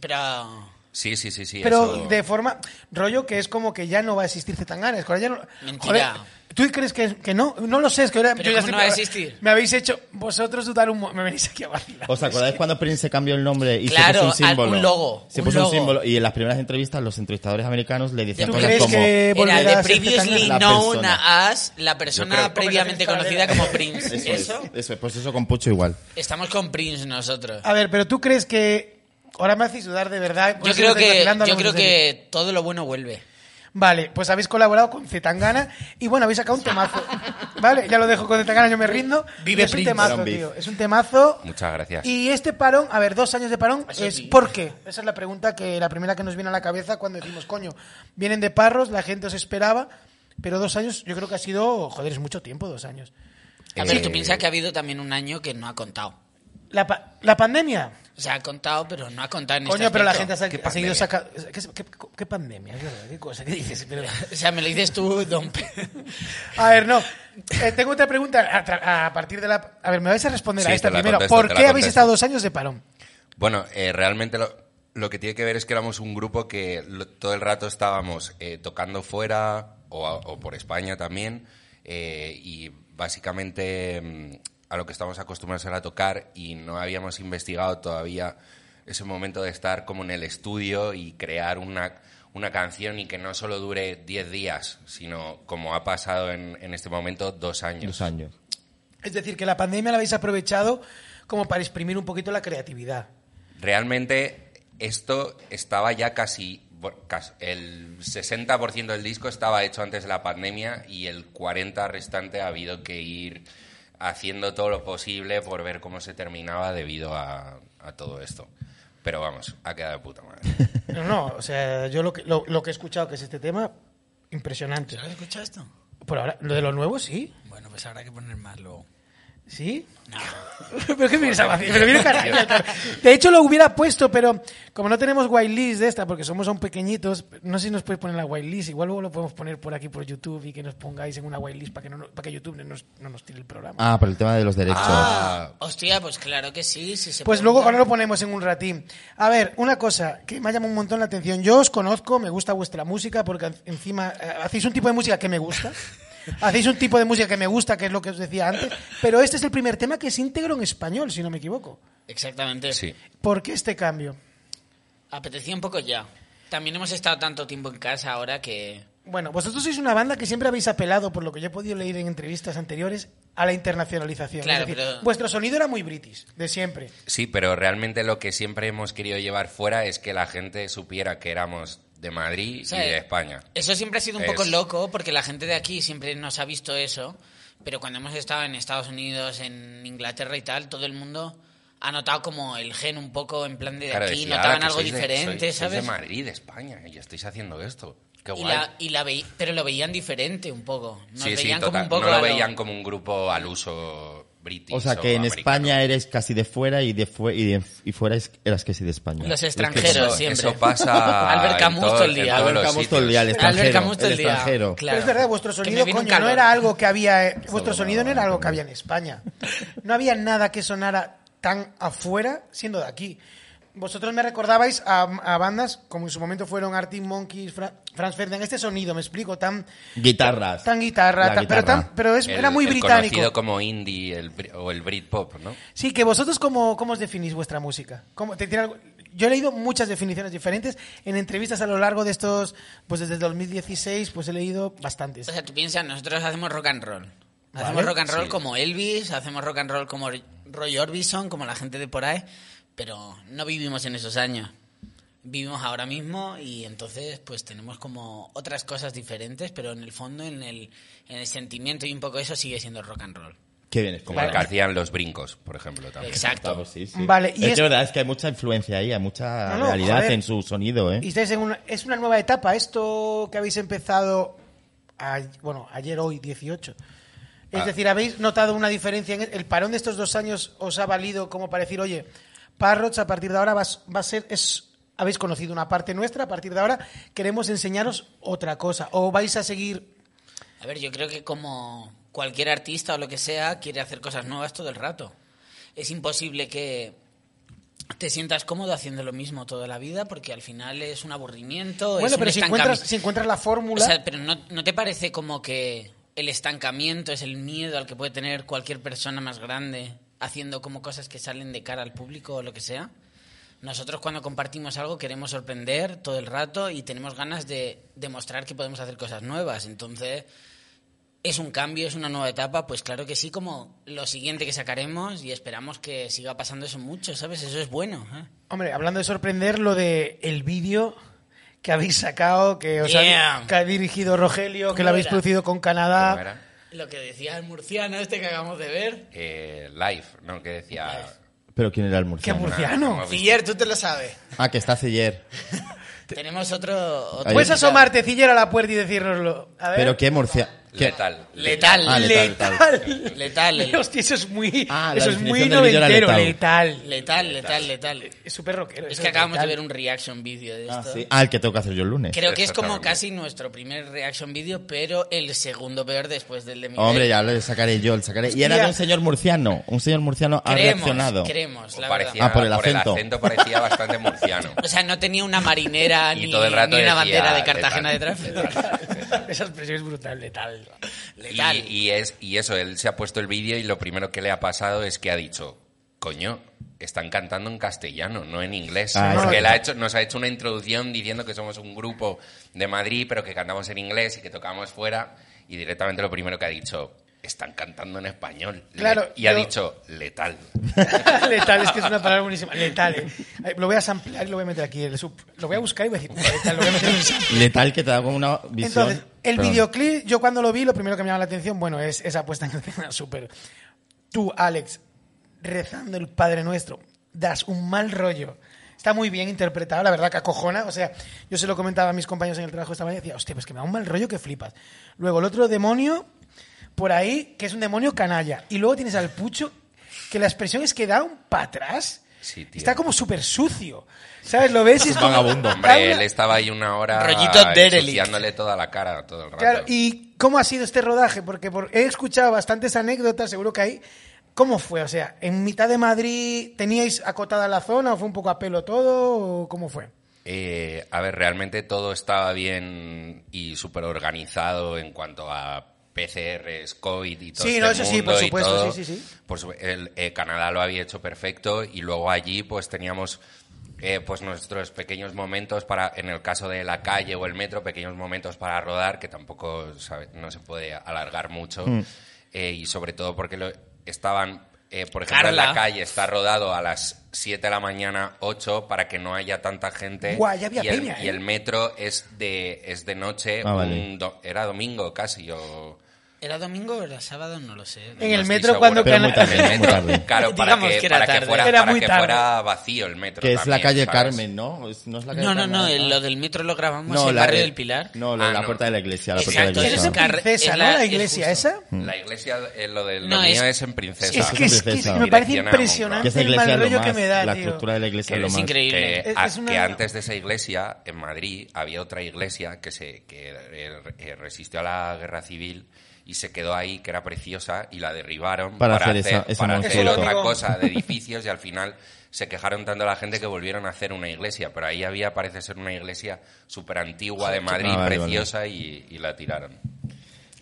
Pero. Sí, sí, sí, sí. Pero eso- de forma. Rollo que es como que ya no va a existir Zetangana. Es que ahora ya no- Mentira. Joder, ¿Tú crees que, que no? No lo sé, es que ahora. yo Pero ya ¿cómo estoy- no va a existir? Me habéis hecho vosotros dudar un. mo- Me venís aquí a vacilar. ¿Os acordáis cuando Prince se cambió el nombre y Claro, se puso un al- símbolo? un logo, Se un puso logo. un símbolo. Y en las primeras entrevistas los entrevistadores americanos le decían ¿Tú cosas crees como... que volverá Era a de ser previously Zetangana? La known persona. as la persona Yo creo- previamente conocida como Prince. Eso, Eso, es, eso es, pues eso con Pucho igual. Estamos con Prince nosotros. A ver, pero tú crees que. Ahora me hacéis dudar de verdad. por Yo eso creo estáis que, vacilando a yo los creo dos de mí. que todo lo bueno vuelve. Vale, pues habéis colaborado con Zetangana y bueno, habéis sacado un temazo. Vale, ya lo dejo con Zetangana, yo me rindo. Vive es un Prince. temazo, Gran beef. tío. Es un temazo. Muchas gracias. Y este parón, a ver, dos años de parón, Eso es sí. ¿por qué? Esa es la pregunta que la primera que nos viene a la cabeza cuando decimos, coño, vienen de parros, la gente os esperaba, pero dos años, yo creo que ha sido, joder, es mucho tiempo, dos años. A Eh, ver, tú piensas que ha habido también un año que no ha contado. La, pa- la pandemia. O sea, ha contado, pero no ha contado en Coño, este pero la gente aspecto. ha, sa- ¿Qué ha seguido pandemia? sacando... ¿Qué, qué, qué pandemia? Es verdad, ¿Qué cosa? ¿Qué dices? Pero- O sea, me lo dices tú, don Pe- A ver, no. Eh, tengo otra pregunta a, tra- a partir de la. A ver, me vais a responder a Sí, esta te la primero. contesto, ¿Por te qué la habéis contesto. estado dos años de parón? Bueno, eh, realmente lo, lo que tiene que ver es que éramos un grupo que lo- todo el rato estábamos eh, tocando fuera o, a- o por España también eh, y básicamente mm, a lo que estamos acostumbrados era tocar y no habíamos investigado todavía ese momento de estar como en el estudio y crear una, una canción y que no solo dure 10 días, sino como ha pasado en, en este momento, dos años. Dos años. Es decir, que la pandemia la habéis aprovechado como para exprimir un poquito la creatividad. Realmente esto estaba ya casi, bu- cas- el 60% del disco estaba hecho antes de la pandemia y el 40% restante ha habido que ir haciendo todo lo posible por ver cómo se terminaba debido a, a todo esto. Pero vamos, ha quedado de puta madre. No, no, o sea, yo lo que, lo, lo que he escuchado que es este tema, impresionante. ¿Has escuchado esto? Por ahora, lo de lo nuevo sí, Bueno, pues habrá que poner más luego. sí. No. pero qué vienes a vacilar? Pero viene cara- De hecho, lo hubiera puesto, pero como no tenemos whitelist de esta, porque somos aún pequeñitos, no sé si nos puedes poner la whitelist. Igual luego lo podemos poner por aquí, por YouTube, y que nos pongáis en una whitelist para que, no, nos- para que YouTube no nos, no nos tire el programa. Ah, por el tema de los derechos. Ah, Hostia, pues claro que sí. Si se Pues pregunta. luego ahora lo ponemos en un ratín. A ver, una cosa que me ha llamado un montón la atención. Yo os conozco, me gusta vuestra música, porque en- encima eh, hacéis un tipo de música que me gusta. Hacéis un tipo de música que me gusta, que es lo que os decía antes. Pero este es el primer tema que es íntegro en español, si no me equivoco. Exactamente. sí. ¿Por qué este cambio? Apetecía un poco ya. También hemos estado tanto tiempo en casa ahora que... Bueno, pues vosotros sois una banda que siempre habéis apelado, por lo que yo he podido leer en entrevistas anteriores, a la internacionalización. Claro, Es decir, pero- Vuestro sonido era muy british, de siempre. Sí, pero realmente lo que siempre hemos querido llevar fuera es que la gente supiera que éramos de Madrid Sí. y de España. Eso siempre ha sido un Es- poco loco, porque la gente de aquí siempre nos ha visto eso, pero cuando hemos estado en Estados Unidos, en Inglaterra y tal, todo el mundo ha notado como el gen un poco en plan de Claro, aquí, decía, "Ala, notaban que algo sois de- diferente, sois- sois de ¿sabes? Madrid, de España, y estáis haciendo esto. Qué y guay. la, y la veí- pero lo veían diferente un poco. Nos sí, sí, veían como total. un poco no a lo veían como un grupo al uso british. o sea, que en americano. España eres casi de fuera y de fue- y, de- y fuera es- eras casi de España. los Eso, extranjeros siempre. eso pasa. Albert en Camus todo- todo el en día. todos Albert los Camus todo el sitios. día, el extranjero. Albert Camus todo el el día, extranjero. claro. Pero es verdad, vuestro Que me sonido, viene un coño, no calor. era algo que había. eh, vuestro Sobre sonido no todo, era algo que también. había en España. No había nada que sonara tan afuera siendo de aquí. Vosotros me recordabais a, a bandas como en su momento fueron Arctic Monkeys, Fra- Franz Ferdinand. Este sonido, me explico, tan, Guitarras. tan guitarra, La tan- pero, guitarra. tan- pero es- El- era muy el británico. conocido como indie el bri- o el Britpop, ¿no? Sí, que vosotros cómo, cómo os definís vuestra música. ¿Cómo- te tiene algo- Yo he leído muchas definiciones diferentes en entrevistas a lo largo de estos, pues desde el 2016, pues he leído bastantes. O sea, tú piensas, nosotros hacemos rock and roll. Hacemos Vale. rock and roll Sí. como Elvis, hacemos rock and roll como Roy Orbison, como la gente de por ahí, pero no vivimos en esos años. Vivimos ahora mismo y entonces pues tenemos como otras cosas diferentes, pero en el fondo, en el, en el sentimiento y un poco eso sigue siendo rock and roll. Qué bien Como el que hacían los brincos, por ejemplo. También. Exacto. Sí, sí. Vale, y es, que es- verdad, es que hay mucha influencia ahí, hay mucha No, no, realidad joder. en su sonido, ¿eh? Y estáis en una- es una nueva etapa, esto que habéis empezado, a- bueno, ayer, hoy, 18. Es Ah. decir, ¿habéis notado una diferencia? En el, el parón de estos dos años os ha valido como para decir, oye, Parrots a partir de ahora vas- va a ser... Es, habéis conocido una parte nuestra, a partir de ahora queremos enseñaros otra cosa. ¿O vais a seguir A ver, yo creo que como cualquier artista o lo que sea, quiere hacer cosas nuevas todo el rato. Es imposible que te sientas cómodo haciendo lo mismo toda la vida porque al final es un aburrimiento. es Bueno, un pero si estancami- encuentras, si encuentras la fórmula. O sea, pero no, ¿no te parece como que el estancamiento es el miedo al que puede tener cualquier persona más grande haciendo como cosas que salen de cara al público o lo que sea? Nosotros cuando compartimos algo queremos sorprender todo el rato y tenemos ganas de demostrar que podemos hacer cosas nuevas. Entonces, es un cambio, es una nueva etapa, pues claro que sí, como lo siguiente que sacaremos y esperamos que siga pasando eso mucho, ¿sabes? Eso es bueno. ¿eh? Hombre, hablando de sorprender, lo de el vídeo que habéis sacado, que os ha- Damn. que ha dirigido Rogelio, que ¿Cómo lo habéis era? producido con ¿Cómo Canadá. era? Lo que decía el murciano este que acabamos de ver. Eh, live, ¿no? Que decía... Pero ¿quién era el murciano? ¿Qué Murciano. Ah, Filler, tú te lo sabes. Ah, que está Celler. Tenemos otro... otro Ahí. Puedes invitado. asomarte, Ciller, a la puerta y decírnoslo. A ver. Pero ¿qué murciano? Letal. Letal. Ah, letal, letal. Letal, el- Hostia, eso es muy, Ah, la eso es muy definición del vídeo era noventero. letal. Letal. Letal, letal, letal. Es súper rockero. Es eso que acabamos de letal. ver un reaction video de Ah, esto. sí. Ah, el que tengo que hacer yo el lunes. Creo que es como Exactamente. casi nuestro primer reaction video, pero el segundo peor después del de Miguel. Hombre, ya lo sacaré yo, lo sacaré. Y era Hostia. de un señor murciano. Un señor murciano ha creemos, reaccionado. creemos, la O verdad. parecía, Ah, por el acento. parecía bastante murciano. O sea, no tenía una marinera Y ni, todo el rato ni una decía, bandera de Cartagena letal, detrás. Esa expresión es brutal, letal. Y, Letal. y es, y eso, él se ha puesto el vídeo y lo primero que le ha pasado es que ha dicho, coño, están cantando en castellano, no en inglés. Ah, exacto. Porque él ha hecho, nos ha hecho una introducción diciendo que somos un grupo de Madrid, pero que cantamos en inglés y que tocamos fuera. Y directamente lo primero que ha dicho, están cantando en español. Le- Claro, y ha yo- dicho, letal. letal, es que es una palabra buenísima. Letal. eh. Ay, Lo voy a samplear y lo voy a meter aquí. el sub- Lo voy a buscar y voy a decir, letal, lo voy a meter en el sample. Letal que te da como una visión. Entonces, el Perdón. videoclip, yo cuando lo vi, lo primero que me llamó la atención, bueno, es esa puesta en escena súper. Tú, Alex, rezando el Padre Nuestro, das un mal rollo. Está muy bien interpretado, la verdad que acojona. O sea, yo se lo comentaba a mis compañeros en el trabajo esta mañana y decía, hostia, pues que me da un mal rollo que flipas. Luego el otro demonio, por ahí, que es un demonio canalla. Y luego tienes al Pucho, que la expresión es que da un para atrás. Sí, tío. Está como súper sucio. ¿Sabes? Lo ves y es como- vagabundo, da Hombre, una- él estaba ahí una hora Rollito Derelict. ensuciándole toda la cara todo el rato. Claro, ¿y cómo ha sido este rodaje? Porque por- he escuchado bastantes anécdotas, seguro que hay. ¿Cómo fue? O sea, ¿en mitad de Madrid teníais acotada la zona o fue un poco a pelo todo? ¿O ¿Cómo fue? Eh, a ver, realmente todo estaba bien y súper organizado en cuanto a PCRs, COVID y todo Sí, este no, eso sí, mundo por y supuesto, todo. sí, sí, sí. Por supu- el, eh, Canadá lo había hecho perfecto y luego allí pues teníamos eh, pues nuestros pequeños momentos para, en el caso de la calle o el metro, pequeños momentos para rodar que tampoco sabe- no se puede alargar mucho Mm. Eh, y sobre todo porque lo, estaban, eh, por ejemplo, en la Carla. calle está rodado a las 7 de la mañana, 8 para que no haya tanta gente Guau, ya había y, el, peña, y ¿eh? el metro es de, es de noche, Ah, vale. un do- era domingo casi. O, ¿Era domingo o era sábado? No lo sé. En el estoy metro seguro. cuando Pero muy Cana- tarde, muy tarde. Claro, para, Digamos que, que era para que tarde. fuera, Era para muy que tarde. fuera vacío el metro. Que es la también, calle ¿sabes? Carmen, ¿no? Es- No, es la calle No, no, Carmen, no, Ah. el- lo del metro lo grabamos No, en la Barrio de- del Pilar. No, lo de Ah, la no. puerta de la iglesia. La puerta Exacto, de la Pero es iglesia. en eso Carre- princesa, es ¿no? la- La es iglesia justo. esa. La iglesia, eh, lo de lo No, mío es- es, en princesa. Es que, es que- es que me Dirección parece a Moncloa. Que impresionante esa el iglesia mal es lo rollo que más- me da, La tío. estructura de la iglesia Que es lo es más. increíble. que, Es- a- es una- que antes de esa iglesia, en Madrid, había otra iglesia que se que eh, eh, resistió a la guerra civil y se quedó ahí, que era preciosa, y la derribaron Para hacer esa- esa para montaña. hacer Eso lo otra digo. cosa de edificios y al final se quejaron tanto la gente que volvieron a hacer una iglesia, pero ahí había, parece ser, una iglesia súper antigua de Madrid, Ah, vale, vale. preciosa, Y, y la tiraron.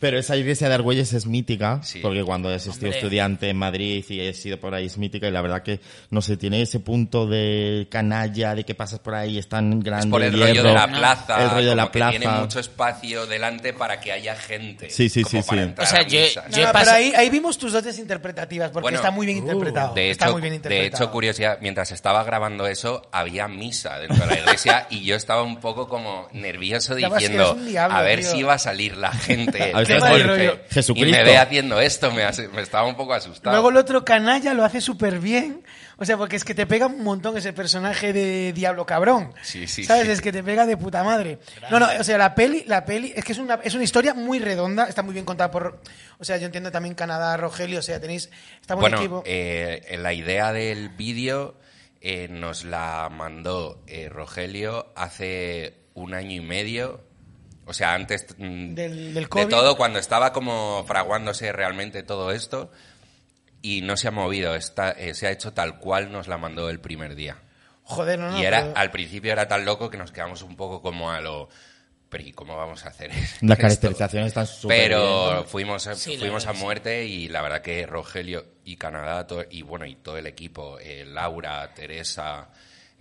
Pero esa iglesia de Argüelles es mítica, Sí. porque cuando he sido Hombre. estudiante en Madrid y he sido por ahí es mítica y la verdad que no sé, tiene ese punto de canalla, de que pasas por ahí, es tan grande. Es por el hierro, rollo de la plaza, El rollo de como la que plaza. tiene mucho espacio delante para que haya gente. Sí, sí, como sí, para sí. entrar O sea, a yo- misa. No, yo he no, pero pasa- ahí, ahí vimos tus dotes interpretativas, porque Bueno, está muy bien interpretado. De está hecho, muy bien de interpretado. hecho, curiosidad, mientras estaba grabando eso, había misa dentro de la iglesia y yo estaba un poco como nervioso Además, que diciendo, eres un diablo, a ver tío. si iba a salir la gente. A ver si de va a salir golpe. rollo. Y me Jesucristo. ve haciendo esto, me, hace- me estaba un poco asustado. Luego el otro canalla lo hace súper bien. O sea, porque es que te pega un montón ese personaje de Diablo Cabrón. Sí, sí, ¿Sabes? sí. Es que te pega de puta madre. No, no, o sea, la peli, la peli, es que es una, es una historia muy redonda, está muy bien contada por. O sea, yo entiendo también Canadá, Rogelio, o sea, tenéis. Está buen Bueno, equipo. eh, la idea del vídeo eh, nos la mandó eh, Rogelio hace un año y medio. O sea, antes mm, Del- del de COVID. todo, cuando estaba como fraguándose realmente todo esto. Y no se ha movido, está, eh, se ha hecho tal cual nos la mandó el primer día. Joder, no, no. y era, Ah, pero- al principio era tan loco que nos quedamos un poco como a lo... Pero ¿y cómo vamos a hacer esto? Las caracterizaciones están súper Pero bien. fuimos, a, Sí, la fuimos a verdad, sí. muerte y la verdad que Rogelio y Canadá to- y bueno y todo el equipo, eh, Laura, Teresa,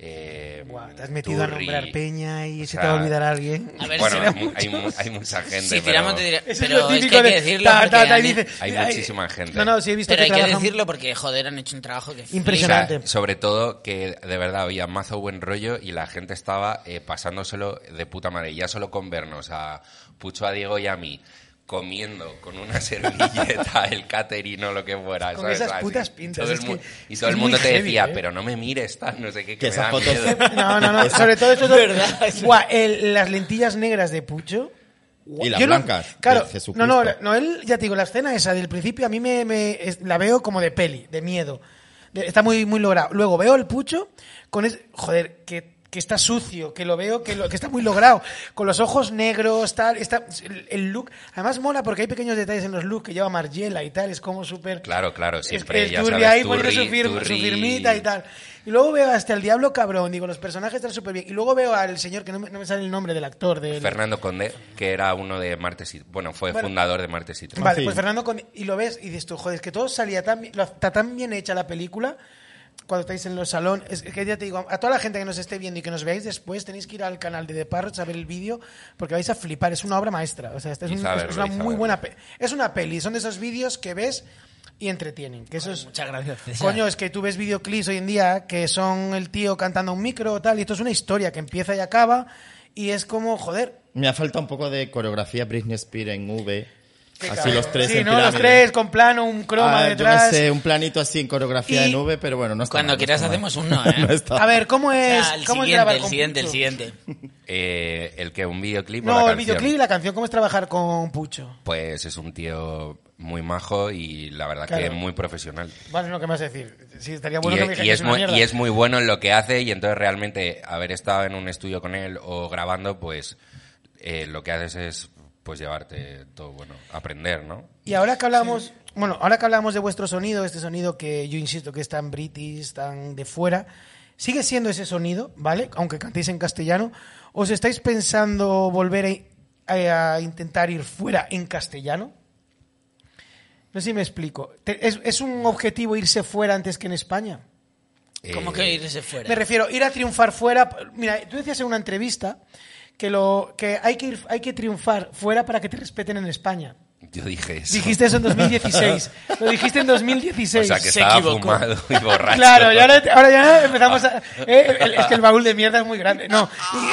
eh, Guau, te has metido Turri, a nombrar Peña y o se sea, te va a olvidar alguien. A ver bueno, si hay, era mu- hay mu- hay mucha gente. Si pero- tiramos te diré, Eso pero es, típico que hay que de- decirlo ta, porque ta, ta, y han- dice- Hay ay, muchísima gente. No, no, sí he visto pero que hay que trabajan- decirlo porque, joder, han hecho un trabajo que... flipas. o Impresionante. sea, sobre todo que de verdad había mazo buen rollo y la gente estaba eh, pasándoselo de puta madre. Ya solo con vernos a Pucho, a Diego y a mí comiendo con una servilleta el catering o lo que fuera. Con ¿sabes? esas Así, putas pintas, todo el es mu- que- y es todo que el es mundo muy te heavy, decía, ¿eh? pero no me mires, tal, no sé qué, que, Que me esas da fotos- miedo. No, no, no. Sobre todo eso. Verdad, eso. Guau, el- las lentillas negras de Pucho. Guau, Y las yo no- blancas claro. de Jesucristo. No, no, no, él, ya te digo, la escena esa del principio a mí me, me- es- la veo como de peli, de miedo. De- está muy, muy logrado. Luego veo el Pucho con es, joder, que, que está sucio, que lo veo, que, lo- que está muy logrado. Con los ojos negros, tal, está, el, el look. Además mola porque hay pequeños detalles en los looks que lleva Margiela y tal, es como súper... Claro, claro, siempre Es- el ya Turri sabes, ahí poniendo su, Turri, firma- su Turri. firmita y tal. Y luego veo hasta el Diablo Cabrón, digo, los personajes están súper bien. Y luego veo al señor, que no me, no me sale el nombre del actor. Del... Fernando Conde, que era uno de Martes y... Bueno, fue Bueno. fundador de Martes y Tres. Vale, Sí. pues Fernando Conde- Y lo ves y dices tú, joder, es que todo salía tan bien, lo- está tan bien hecha la película cuando estáis en los salones. Es que ya te digo, a toda la gente que nos esté viendo y que nos veáis después, tenéis que ir al canal de The Parrots a ver el vídeo porque vais a flipar. Es una obra maestra. O sea, esta es, Y un- saberlo, es una y muy saberlo. buena... pe- es una peli, son de esos vídeos que ves y entretienen. Que eso es, Muchas gracias, César. Coño, es que tú ves videoclips hoy en día que son el tío cantando a un micro o tal, y esto es una historia que empieza y acaba, y es como, joder. Me ha faltado un poco de coreografía Britney Spears en V. qué Así cabrón. los tres Sí, en ¿no? Los pirámide. tres con plano, un croma Ah, yo detrás. me sé, un planito así en coreografía Y- en V, pero bueno, no está Cuando mal, no quieras está mal. hacemos uno, ¿eh? No está A ver, ¿cómo O es, sea, el cómo es siguiente, grabar el con siguiente, el Pucho? siguiente. Eh, el que un videoclip o la No, el canción. videoclip y la canción, ¿cómo es trabajar con Pucho? Pues es un tío muy majo y la verdad que Claro. muy profesional. Vale, no, ¿qué más decir? Sí, estaría bueno Y, que e- me y dijeras es una muy, mierda. y es muy bueno en lo que hace y entonces realmente haber estado en un estudio con él o grabando, pues eh, lo que haces es pues llevarte todo, bueno, aprender, ¿no? Y ahora que hablamos, bueno, ahora que hablamos de vuestro sonido, este sonido que yo insisto que es tan british, tan de fuera, sigue siendo ese sonido, ¿vale? Aunque cantéis en castellano, ¿os estáis pensando volver a, a- a intentar ir fuera en castellano? No sé si me explico. Te- ¿Es, es un objetivo irse fuera antes que en España? ¿Cómo Eh, que irse fuera? Me refiero, ir a triunfar fuera. Mira, tú decías en una entrevista que, lo, que, hay, que ir, hay que triunfar fuera para que te respeten en España. Yo dije eso. Dijiste eso en 2016. Lo dijiste en 2016. o sea, que se estaba equivocó. fumado y borracho. Claro, y ahora, ahora ya empezamos a... eh, el- es que el baúl de mierda es muy grande. No,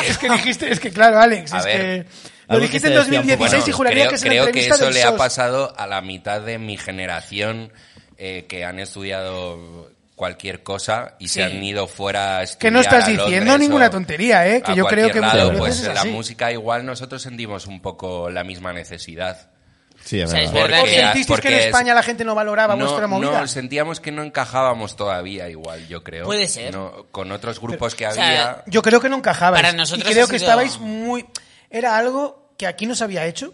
es que dijiste... Es que claro, Alex, A es ver, que... Lo algo que dijiste en se decía un poco, 2016 y Bueno, juraría creo, que es en la creo que entrevista eso del le ha SOS. pasado a la mitad de mi generación eh, que han estudiado cualquier cosa y se han ido fuera a Que no estudiar estás a Londres diciendo o ninguna tontería, ¿eh? Que a yo creo que cualquier muchas lado, veces pues es en la así. música igual nosotros sentimos un poco la misma necesidad. Sí, es O sea, es verdad. verdad ¿O que- sentisteis porque que en es- España la gente no valoraba vuestra No, movida? no, sentíamos que no encajábamos todavía igual, yo creo. Puede ser. No, con otros grupos que o sea, había... Yo creo que no encajabais. Para nosotros y creo ha que sido- estabais muy... Era algo que aquí no se había hecho.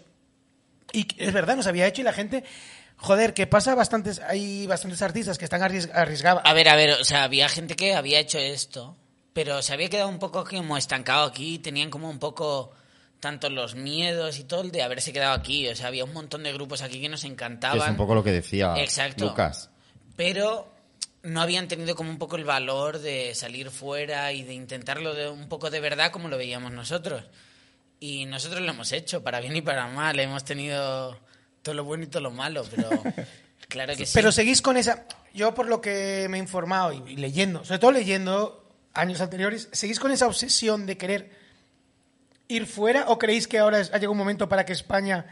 Y es verdad, nos había hecho y la gente, joder, que pasa bastantes, hay bastantes artistas que están arriesgados. A ver, a ver, o sea, había gente que había hecho esto, pero se había quedado un poco como estancado aquí, tenían como un poco tanto los miedos y todo el de haberse quedado aquí, o sea, había un montón de grupos aquí que nos encantaban. Que es un poco lo que decía Exacto. Lucas. pero no habían tenido como un poco el valor de salir fuera y de intentarlo de un poco de verdad como lo veíamos nosotros. Y nosotros lo hemos hecho, para bien y para mal. Hemos tenido todo lo bueno y todo lo malo, pero claro que sí. Pero seguís con esa. Yo, por lo que me he informado y, y leyendo, sobre todo leyendo años anteriores, ¿seguís con esa obsesión de querer ir fuera o creéis que ahora es- ha llegado un momento para que España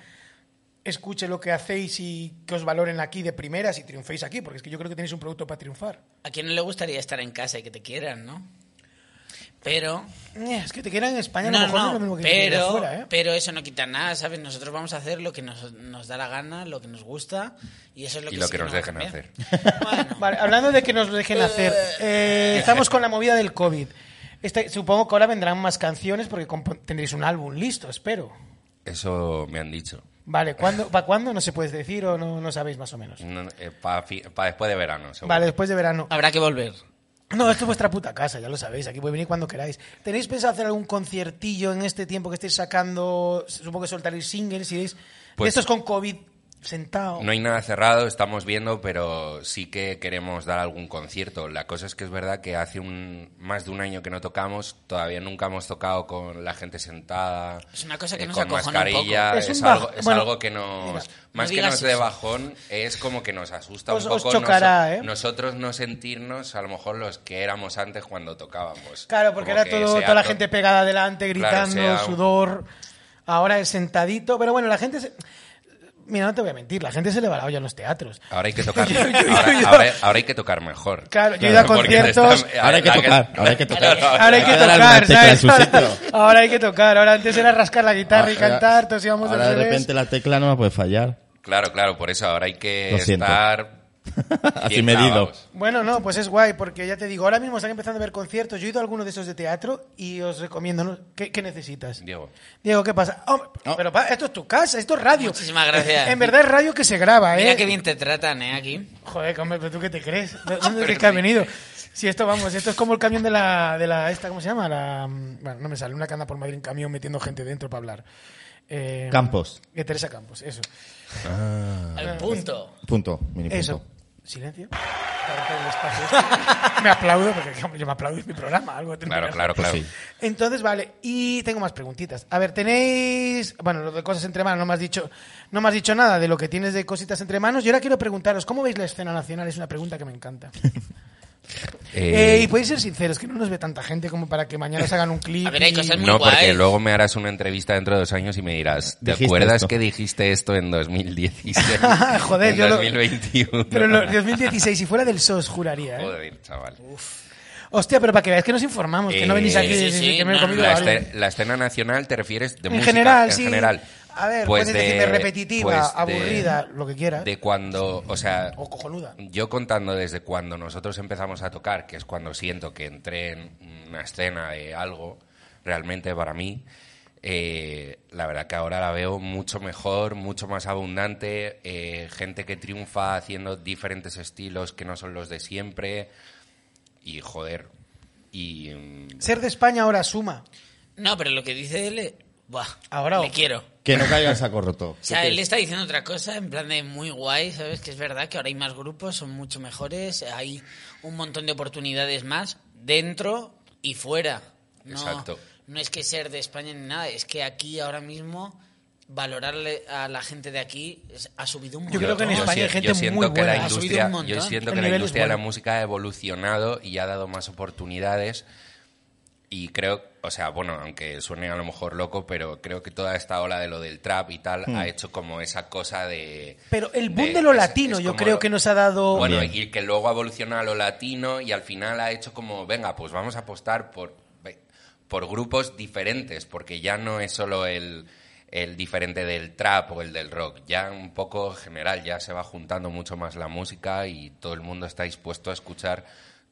escuche lo que hacéis y que os valoren aquí de primeras y triunféis aquí? Porque es que yo creo que tenéis un producto para triunfar. A quien no le gustaría estar en casa y que te quieran, ¿no? Pero Eh, Es que te quieran en España, a lo No, mejor no, no, es lo mismo que te quieran pero, fuera, ¿eh? pero eso no quita nada, ¿sabes? Nosotros vamos a hacer lo que nos, nos da la gana, lo que nos gusta, y eso es lo Y que, lo sí que nos va a dejen cambiar. Bueno, Vale, hablando de que nos lo dejen hacer, eh, estamos con la movida del COVID. Este- supongo que ahora vendrán más canciones porque compo- tendréis un álbum listo, espero. Eso me han dicho. Vale, ¿cuándo, ¿para cuándo? No se puede decir o no, no sabéis más o menos. para después de verano, Mm, seguro. Vale, después de verano. habrá que volver. No, esto es vuestra puta casa, ya lo sabéis. Aquí podéis venir cuando queráis. ¿Tenéis pensado hacer algún conciertillo en este tiempo que estéis sacando? Supongo que soltaréis singles y deis. Pues- Estos con COVID sentado. No hay nada cerrado, estamos viendo, pero sí que queremos dar algún concierto. La cosa es que es verdad que hace un, más de un año que no tocamos, todavía nunca hemos tocado con la gente sentada. eh, Es una cosa que nos con acojona un mascarilla, poco. Es es, un baj- algo, es bueno, algo que nos. mira, más no que digas nos de eso. bajón, es como que nos asusta Os- un os poco. chocará, ¿eh? Nosotros no sentirnos a lo mejor los que éramos antes cuando tocábamos. Claro, porque Como era que todo, sea toda la to- gente pegada adelante, Claro, gritando, sea- sudor. Ahora es sentadito, pero bueno, la gente. se- Mira, no te voy a mentir, la gente se le va la olla en los teatros. Ahora hay que tocar. Yo- yo- yo- ahora, yo- ahora- ahora hay que tocar mejor. Claro, yo he ido a Porque te están- conciertos. Ahora hay que la tocar, ahora hay que tocar. Ahora hay que Hay que dar tocar, alguna tecla en ¿sabes? su Ahora, sitio. ahora hay que tocar. Ahora antes era rascar la guitarra y Ahora- cantar, todos íbamos al ahora de revés. repente la tecla no la puede fallar. Claro, claro, por eso ahora hay que Lo siento. estar. Así bien medido. clavados. Bueno, no, pues es guay, porque ya te digo, ahora mismo están empezando a ver conciertos. Yo he ido a alguno de esos de teatro y os recomiendo. ¿no? ¿Qué, qué necesitas? Diego. Diego, ¿qué pasa? Oh, No. Pero pa, esto es tu casa, esto es radio. Muchísimas gracias. En verdad es radio que se graba, ¿eh? Mira qué bien te tratan, ¿eh? Aquí. Joder, hombre, pero tú qué te crees? ¿De ¿Dónde crees que ha venido? Si esto, vamos, esto es como el camión de la, de la esta, ¿cómo se llama? La, mm, bueno, no me sale, una que anda por Madrid en camión metiendo gente dentro para hablar. Eh, Campos. De Teresa Campos, eso. Ah. Al punto. Punto. Mini punto. Eso. Silencio. Para romper el espacio este. me aplaudo, porque hombre, yo me aplaudo en mi programa. Algo tengo Claro, que claro, Pues claro. sí. hacer. Entonces, vale, y tengo más preguntitas. A ver, tenéis. Bueno, lo de cosas entre manos, no me has dicho, no me has dicho nada de lo que tienes de cositas entre manos. Y ahora quiero preguntaros, ¿cómo veis la escena nacional? Es una pregunta que me encanta. Eh, Eh, y podéis ser sinceros, que no nos ve tanta gente como para que mañana se hagan un clip. A ver, hay y- cosas muy no, porque guays. luego me harás una entrevista dentro de dos años y me dirás, ¿te Dijiste acuerdas esto. que dijiste esto en 2016? Joder, en yo lo- 2021. Pero en los 2016, si fuera del SOS, juraría. ¿eh? Joder, chaval. Hostia, pero para que veáis que nos informamos, que no Eh, venís aquí y sí, decís sí, que me he no, comido no, La, este- algo. escena- la escena nacional, ¿te refieres de En música? general, en sí. general. A ver, Pues puedes decir de repetitiva, aburrida, lo que quieras. De cuando, o sea, O Oh, cojonuda. yo contando desde cuando nosotros empezamos a tocar, que es cuando siento que entré en una escena de algo, realmente para mí, eh, la verdad que ahora la veo mucho mejor, mucho más abundante, eh, gente que triunfa haciendo diferentes estilos que no son los de siempre, y joder, y... mm, Ser de España ahora suma. No, pero lo que dice él es... Buah, Ahora le o- quiero. Que no caiga el saco roto. O sea, él está diciendo otra cosa en plan de muy guay, ¿sabes? Que es verdad que ahora hay más grupos, son mucho mejores, hay un montón de oportunidades más dentro y fuera. No, Exacto. No es que ser de España ni nada, es que aquí ahora mismo valorarle a la gente de aquí es- ha subido un Yo creo que en montón. España hay sien- gente yo siento muy que la buena. Ha subido industria, un montón. yo siento El que la nivel es industria de la bueno. música ha evolucionado y ha dado más oportunidades. Y creo, o sea, bueno, aunque suene a lo mejor loco, pero creo que toda esta ola de lo del trap y tal ha hecho como esa cosa de... Pero el boom de lo Eh, es- latino es yo como creo lo- que nos ha dado... Bueno, También. y que luego ha evolucionado a lo latino y al final ha hecho como, venga, pues vamos a apostar por, por grupos diferentes, porque ya no es solo el, el diferente del trap o el del rock, ya un poco general, ya se va juntando mucho más la música y todo el mundo está dispuesto a escuchar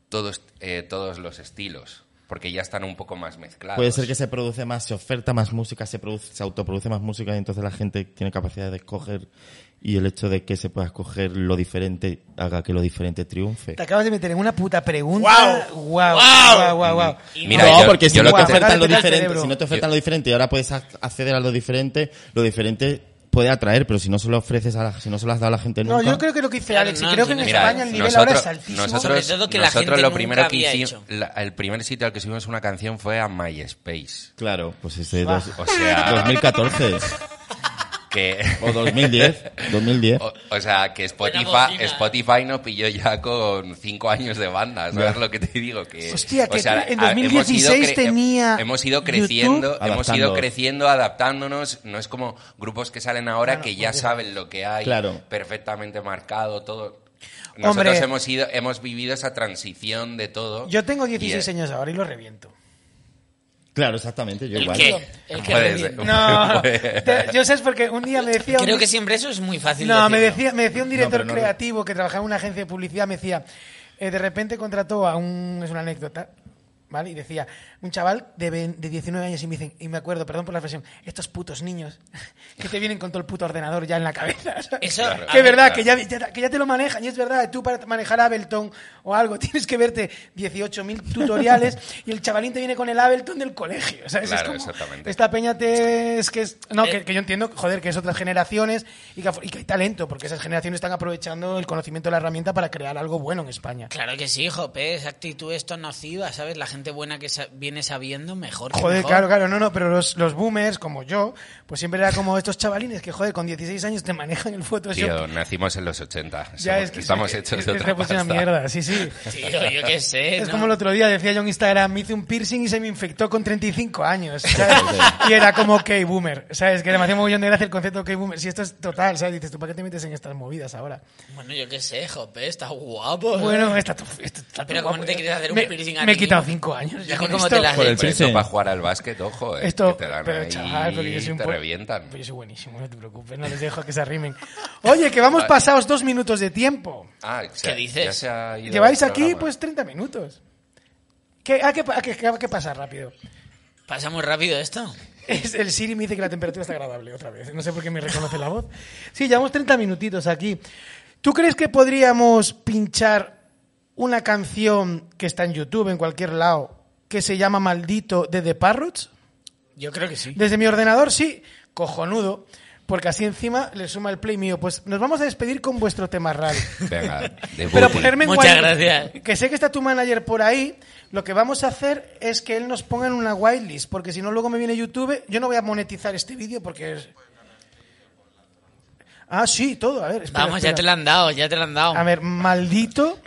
todos, eh, todos los estilos. porque ya están un poco más mezclados. Puede ser que se produce más, se oferta más música, se, produce, se autoproduce más música y entonces la gente tiene capacidad de escoger y el hecho de que se pueda escoger lo diferente haga que lo diferente triunfe. Te acabas de meter en una puta pregunta. ¡Wow! ¡Wow! ¡Wow! wow, wow. Mira, no, yo- porque si yo no lo te que te- Acaba de petar ofertan lo el diferente, cerebro. si no te ofertan lo diferente y ahora puedes ac- acceder a lo diferente, lo diferente puede atraer, pero si no se lo ofreces a la, si no se lo has dado a la gente nunca. No, yo creo que lo que dice Claro, Alex, y no, creo que en tiene- Mira, España el nivel ahora es altísimo. Nosotros, Sobre todo que la nosotros gente lo nunca primero que había hicimos, hecho. la- el primer sitio al que subimos una canción fue a MySpace. Claro, pues ese Va. dos- O sea, 2014 que... o 2010, 2010. O, o sea, que Buena Spotify, bocina. Spotify nos pilló ya con cinco años de banda, ¿sabes lo que te digo? Que, Hostia, que o sea, tú en ha- hemos ido 2016 cre- tenía Hemos ido YouTube. creciendo, hemos Adaptando. ido creciendo, adaptándonos. No es como grupos que salen ahora que ya saben lo que hay, Claro. perfectamente marcado, todo. Nosotros Hombre. hemos ido, hemos vivido esa transición de todo. Yo tengo Y, 16 eh, años ahora y lo reviento. Claro, exactamente, yo ¿El igual. qué? ¿El qué? Puede ser. Rubén? No, Pues- te- yo sé, es porque un día me decía... un Creo di- que siempre eso es muy fácil No, me decirlo. decía, me decía un director pero no- creativo que trabajaba en una agencia de publicidad, me decía, eh, de repente contrató a un, es una anécdota, ¿vale? Y decía, un chaval de, vein- de 19 años y me dicen, y me acuerdo, perdón por la expresión, estos putos niños que te vienen con todo el puto ordenador ya en la cabeza. ¿sabes? Eso, Claro. a Que es ver, verdad, que ya, ya- que ya te lo manejan, y es verdad, tú para manejar Ableton o algo tienes que verte 18.000 tutoriales y el chavalín te viene con el Ableton del colegio, ¿sabes? Claro, es como, exactamente. Esta peña te es que es... No, Eh. que, que yo entiendo, joder, que es otras generaciones y que, y que hay talento, porque esas generaciones están aprovechando el conocimiento de la herramienta para crear algo bueno en España. Claro que sí, jope, esa actitud esto nociva, ¿sabes? La gente buena que sa- viene sabiendo mejor. que Joder, mejor. claro, claro, no, no, pero los, los boomers, como yo, pues siempre era como estos chavalines que, joder, con 16 años te manejan el Photoshop. Tío, nacimos en los 80. ya somos- es que estamos es- hechos es- de es otra putísima pasta. mierda, sí, sí. Tío, yo qué sé. Es Eh, ¿no? como el otro día, decía yo en Instagram, me hice un piercing y se me infectó con 35 años. ¿sabes? y era como K-Boomer, ¿sabes? Que le me hacía mogollón de gracia el concepto de K-Boomer. Si esto es total, ¿sabes? Dices, ¿tú para qué te metes en estas movidas ahora? Bueno, yo qué sé, jope, está guapo. ¿eh? Bueno, está tu- está tu- Pero como no te quieres hacer un me, piercing a Me he ti. quitado 5 años ya ¿Y con cómo esto. te la has Por el Pero esto piercing. para jugar al básquet, ojo, eh, Esto, que te dan pero ahí, chaval, pero yo soy un te po- revientan. Pero yo soy buenísimo, no te preocupes, no les dejo que se arrimen. Oye, que vamos pasados dos minutos de tiempo. Ah, o sea, ¿Qué dices? ya se ha ido Lleváis el aquí programa. pues 30 minutos. ¿Qué, ah, que pa- que- que- que pasa rápido? Pasa muy rápido esto. Es- el Siri me dice que la temperatura está agradable otra vez. No sé por qué me reconoce la voz. Sí, llevamos 30 minutitos aquí. ¿Tú crees que podríamos pinchar una canción que está en YouTube, en cualquier lado, que se llama Maldito de The Parrots? Yo creo que sí. Desde mi ordenador, sí, cojonudo, porque así encima le suma el play mío. Pues nos vamos a despedir con vuestro tema raro. Venga, de Pero booty. ponerme en Muchas wild- gracias. Que sé que está tu manager por ahí. Lo que vamos a hacer es que él nos ponga en una whitelist, porque si no luego me viene YouTube. Yo no voy a monetizar este vídeo porque es... Ah, sí, todo. A ver, espera, Vamos, espera. ya te lo han dado, ya te lo han dado. A ver, maldito.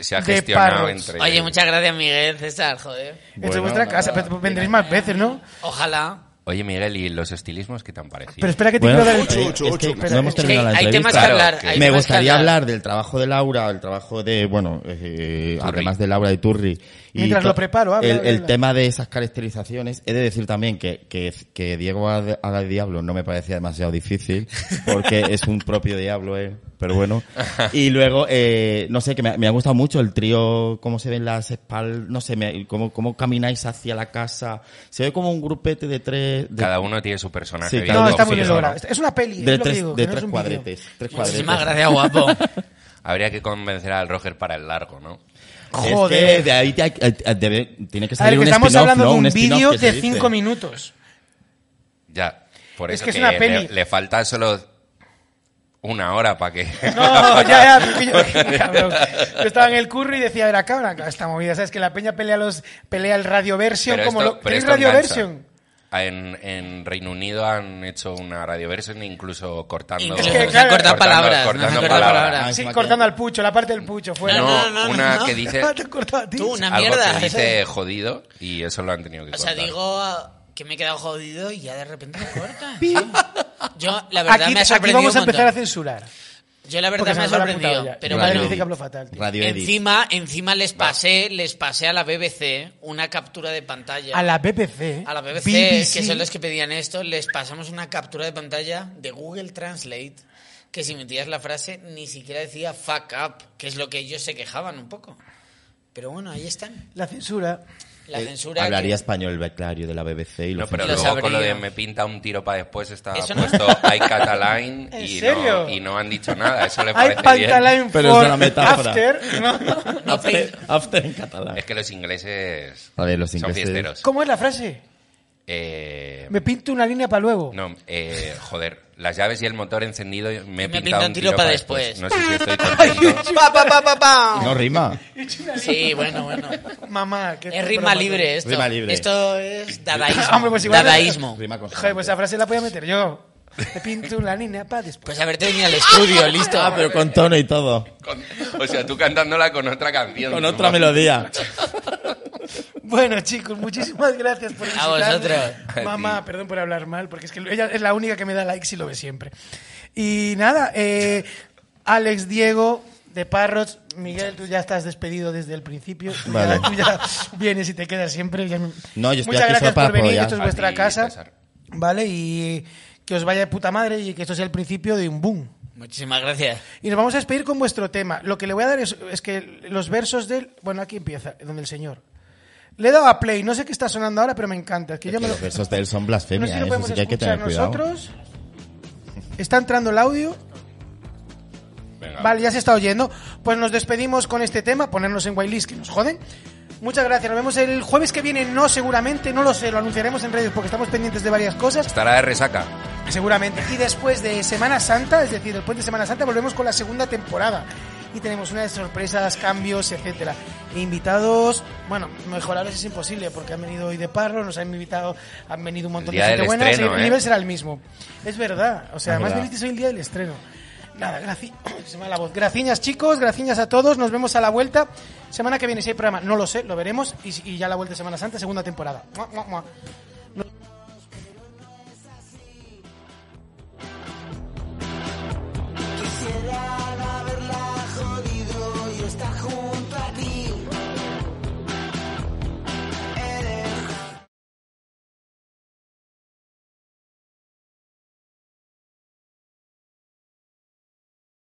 Se ha de gestionado Parrots. entre... Oye, muchas gracias, Miguel, César, joder. Esto es vuestra casa, pero vendréis más veces, ¿no? Ojalá. Oye, Miguel, ¿y los estilismos qué te han parecido? Pero espera que te Bueno, quiero dar el... eh, es que Espera, no hemos es que- terminado la hay temas entrevista. que hablar. Claro, hay Me temas que gustaría hablar del trabajo de Laura, el trabajo de, bueno, eh, Turri. además de Laura y Turri. Y Mientras to- lo preparo, habla, el, habla, el habla. tema de esas caracterizaciones, he de decir también que, que, que Diego haga haga de Diablo no me parecía demasiado difícil, porque es un propio Diablo, eh, pero bueno. Y luego, eh, no sé, que me, me ha gustado mucho el trío, cómo se ven las espaldas, no sé, me- cómo, cómo camináis hacia la casa. Se ve como un grupete de tres... de- Cada uno tiene su personaje. Sí, bien cada No, uno está configurado. muy bien logrado. Es una peli, es lo de que tres, digo, de que no es tres un vídeo. cuadretes. Tres cuadretes. Muchísimas gracias, guapo. Habría que convencer al Roger para el largo, ¿no? Joder. Es que de ahí te- eh, debe- tiene que A ver, salir que un estamos spin-off, hablando ¿no? de Un un spin-off vídeo que se de dice. 5 minutos. Ya. Por Es eso que es que, una le, peli. le falta solo una hora para que... No, ya, ya, pero que yo, cabrón. Yo estaba en el curro y decía, era cabrón, esta movida. ¿Sabes? Que la peña pelea, los, pelea el radio version Pero como esto- lo. pero ¿Tenéis esto radio engancha. Ah, version? En, en Reino Unido han hecho una radioversión incluso cortando... Incluso Es que, claro, cortan cortando- palabras, cortando nos han cortado palabras. palabras. Ah, sí, se me cortando ha al pucho, la parte del pucho, fuera. No, No, no, no, una no. que dice... Ah, te han cortado a ti. Tú, una algo mierda. que dice jodido y eso lo han tenido que O sea, cortar. digo ah, que me he quedado jodido y ya de repente me cortan. Yo, la verdad, aquí, me ha aquí sorprendido. vamos a un montón. empezar a censurar. Yo, la porque verdad, se me ha nos va la puta sorprendido. olla. Pero Mi madre bueno, dice que hablo fatal. tío. Radio Edit. encima, encima les pasé, les pasé a la BBC una captura de pantalla. A la BBC. a la BBC, BBC, que son los que pedían esto, les pasamos una captura de pantalla de Google Translate que si metías la frase ni siquiera decía fuck up, que es lo que ellos se quejaban un poco. Pero bueno, ahí están. La censura. La eh, censura hablaría que- español Beclario de la BBC y lo No, pero Lo censura. luego con lo de sabría. me pinta un tiro para después está Eso no- puesto hay Cataline ¿En y serio? no, y no han dicho nada. Eso le Hay parece bien. Pantaline Pero es for una metáfora. After. ¿no? No, After, after en catalán. Es que los ingleses, A ver, los ingleses- son fiesteros. ¿Cómo es la frase? Eh, Me pinto una línea para luego. no, eh, joder, las llaves y el motor encendido me, Me he pintado un tiro, para después. No sé si estoy contento. Pa, pa, pa, pa, Ah. pa. No rima. Sí, bueno, bueno. Mamá, que Es rima libre esto. Rima libre. Esto es dadaísmo. Hombre, pues igual- dadaísmo. Rima con Joder, pues esa frase la voy a meter yo. Me pinto una línea para después. Pues haberte venido al estudio, listo. Ah, pero con tono y todo. Con- o sea, tú cantándola con otra canción. Con ¿no? otra melodía. Bueno, chicos, muchísimas gracias por visitarme. vosotros. Mamá, perdón por hablar mal, porque es que ella es la única que me da likes y lo ve siempre. Y nada, eh, Alex, Diego, de Parrots, Miguel, tú ya estás despedido desde el principio. Tú ya- Vale. Tú ya vienes y te quedas siempre. Ya- No, yo Muchas estoy aquí gracias solo para por venir, apoyar. esto es A vuestra ti, casa. César. Vale, y que os vaya de puta madre y que esto sea el principio de un boom. Muchísimas gracias. Y nos vamos a despedir con vuestro tema. Lo que le voy a dar es, es que los versos del. Bueno, aquí empieza, donde el señor. Le he dado a play, no sé qué está sonando ahora, pero me encanta. Es que Es yo que me lo. los versos de él son No blasfemia, sé si lo ¿eh? eso podemos sí que hay que escuchar tener cuidado. nosotros. Está entrando el audio. Venga. Vale, ya se está oyendo. Pues nos despedimos con este tema, ponernos en whitelist que nos joden. Muchas gracias, nos vemos el jueves que viene, no seguramente, no lo sé, lo anunciaremos en redes porque estamos pendientes de varias cosas. Estará de resaca. Seguramente. Y después de Semana Santa, es decir, después de Semana Santa, volvemos con la segunda temporada. Y tenemos unas sorpresas, cambios, etcétera. E invitados, bueno, mejorarles es imposible, porque han venido hoy de Parro, nos han invitado, han venido un montón El día de gente del buena, estreno, sí, el ¿eh? nivel será el mismo. Es verdad, o sea, Es además verdad. venisteis hoy el día del estreno. Nada, gracias. Se me va la voz. Graciñas, chicos, graciñas a todos, nos vemos a la vuelta. Semana que viene si hay programa, no lo sé, lo veremos. Y, y ya la vuelta de Semana Santa, segunda temporada. Mua, mua, mua.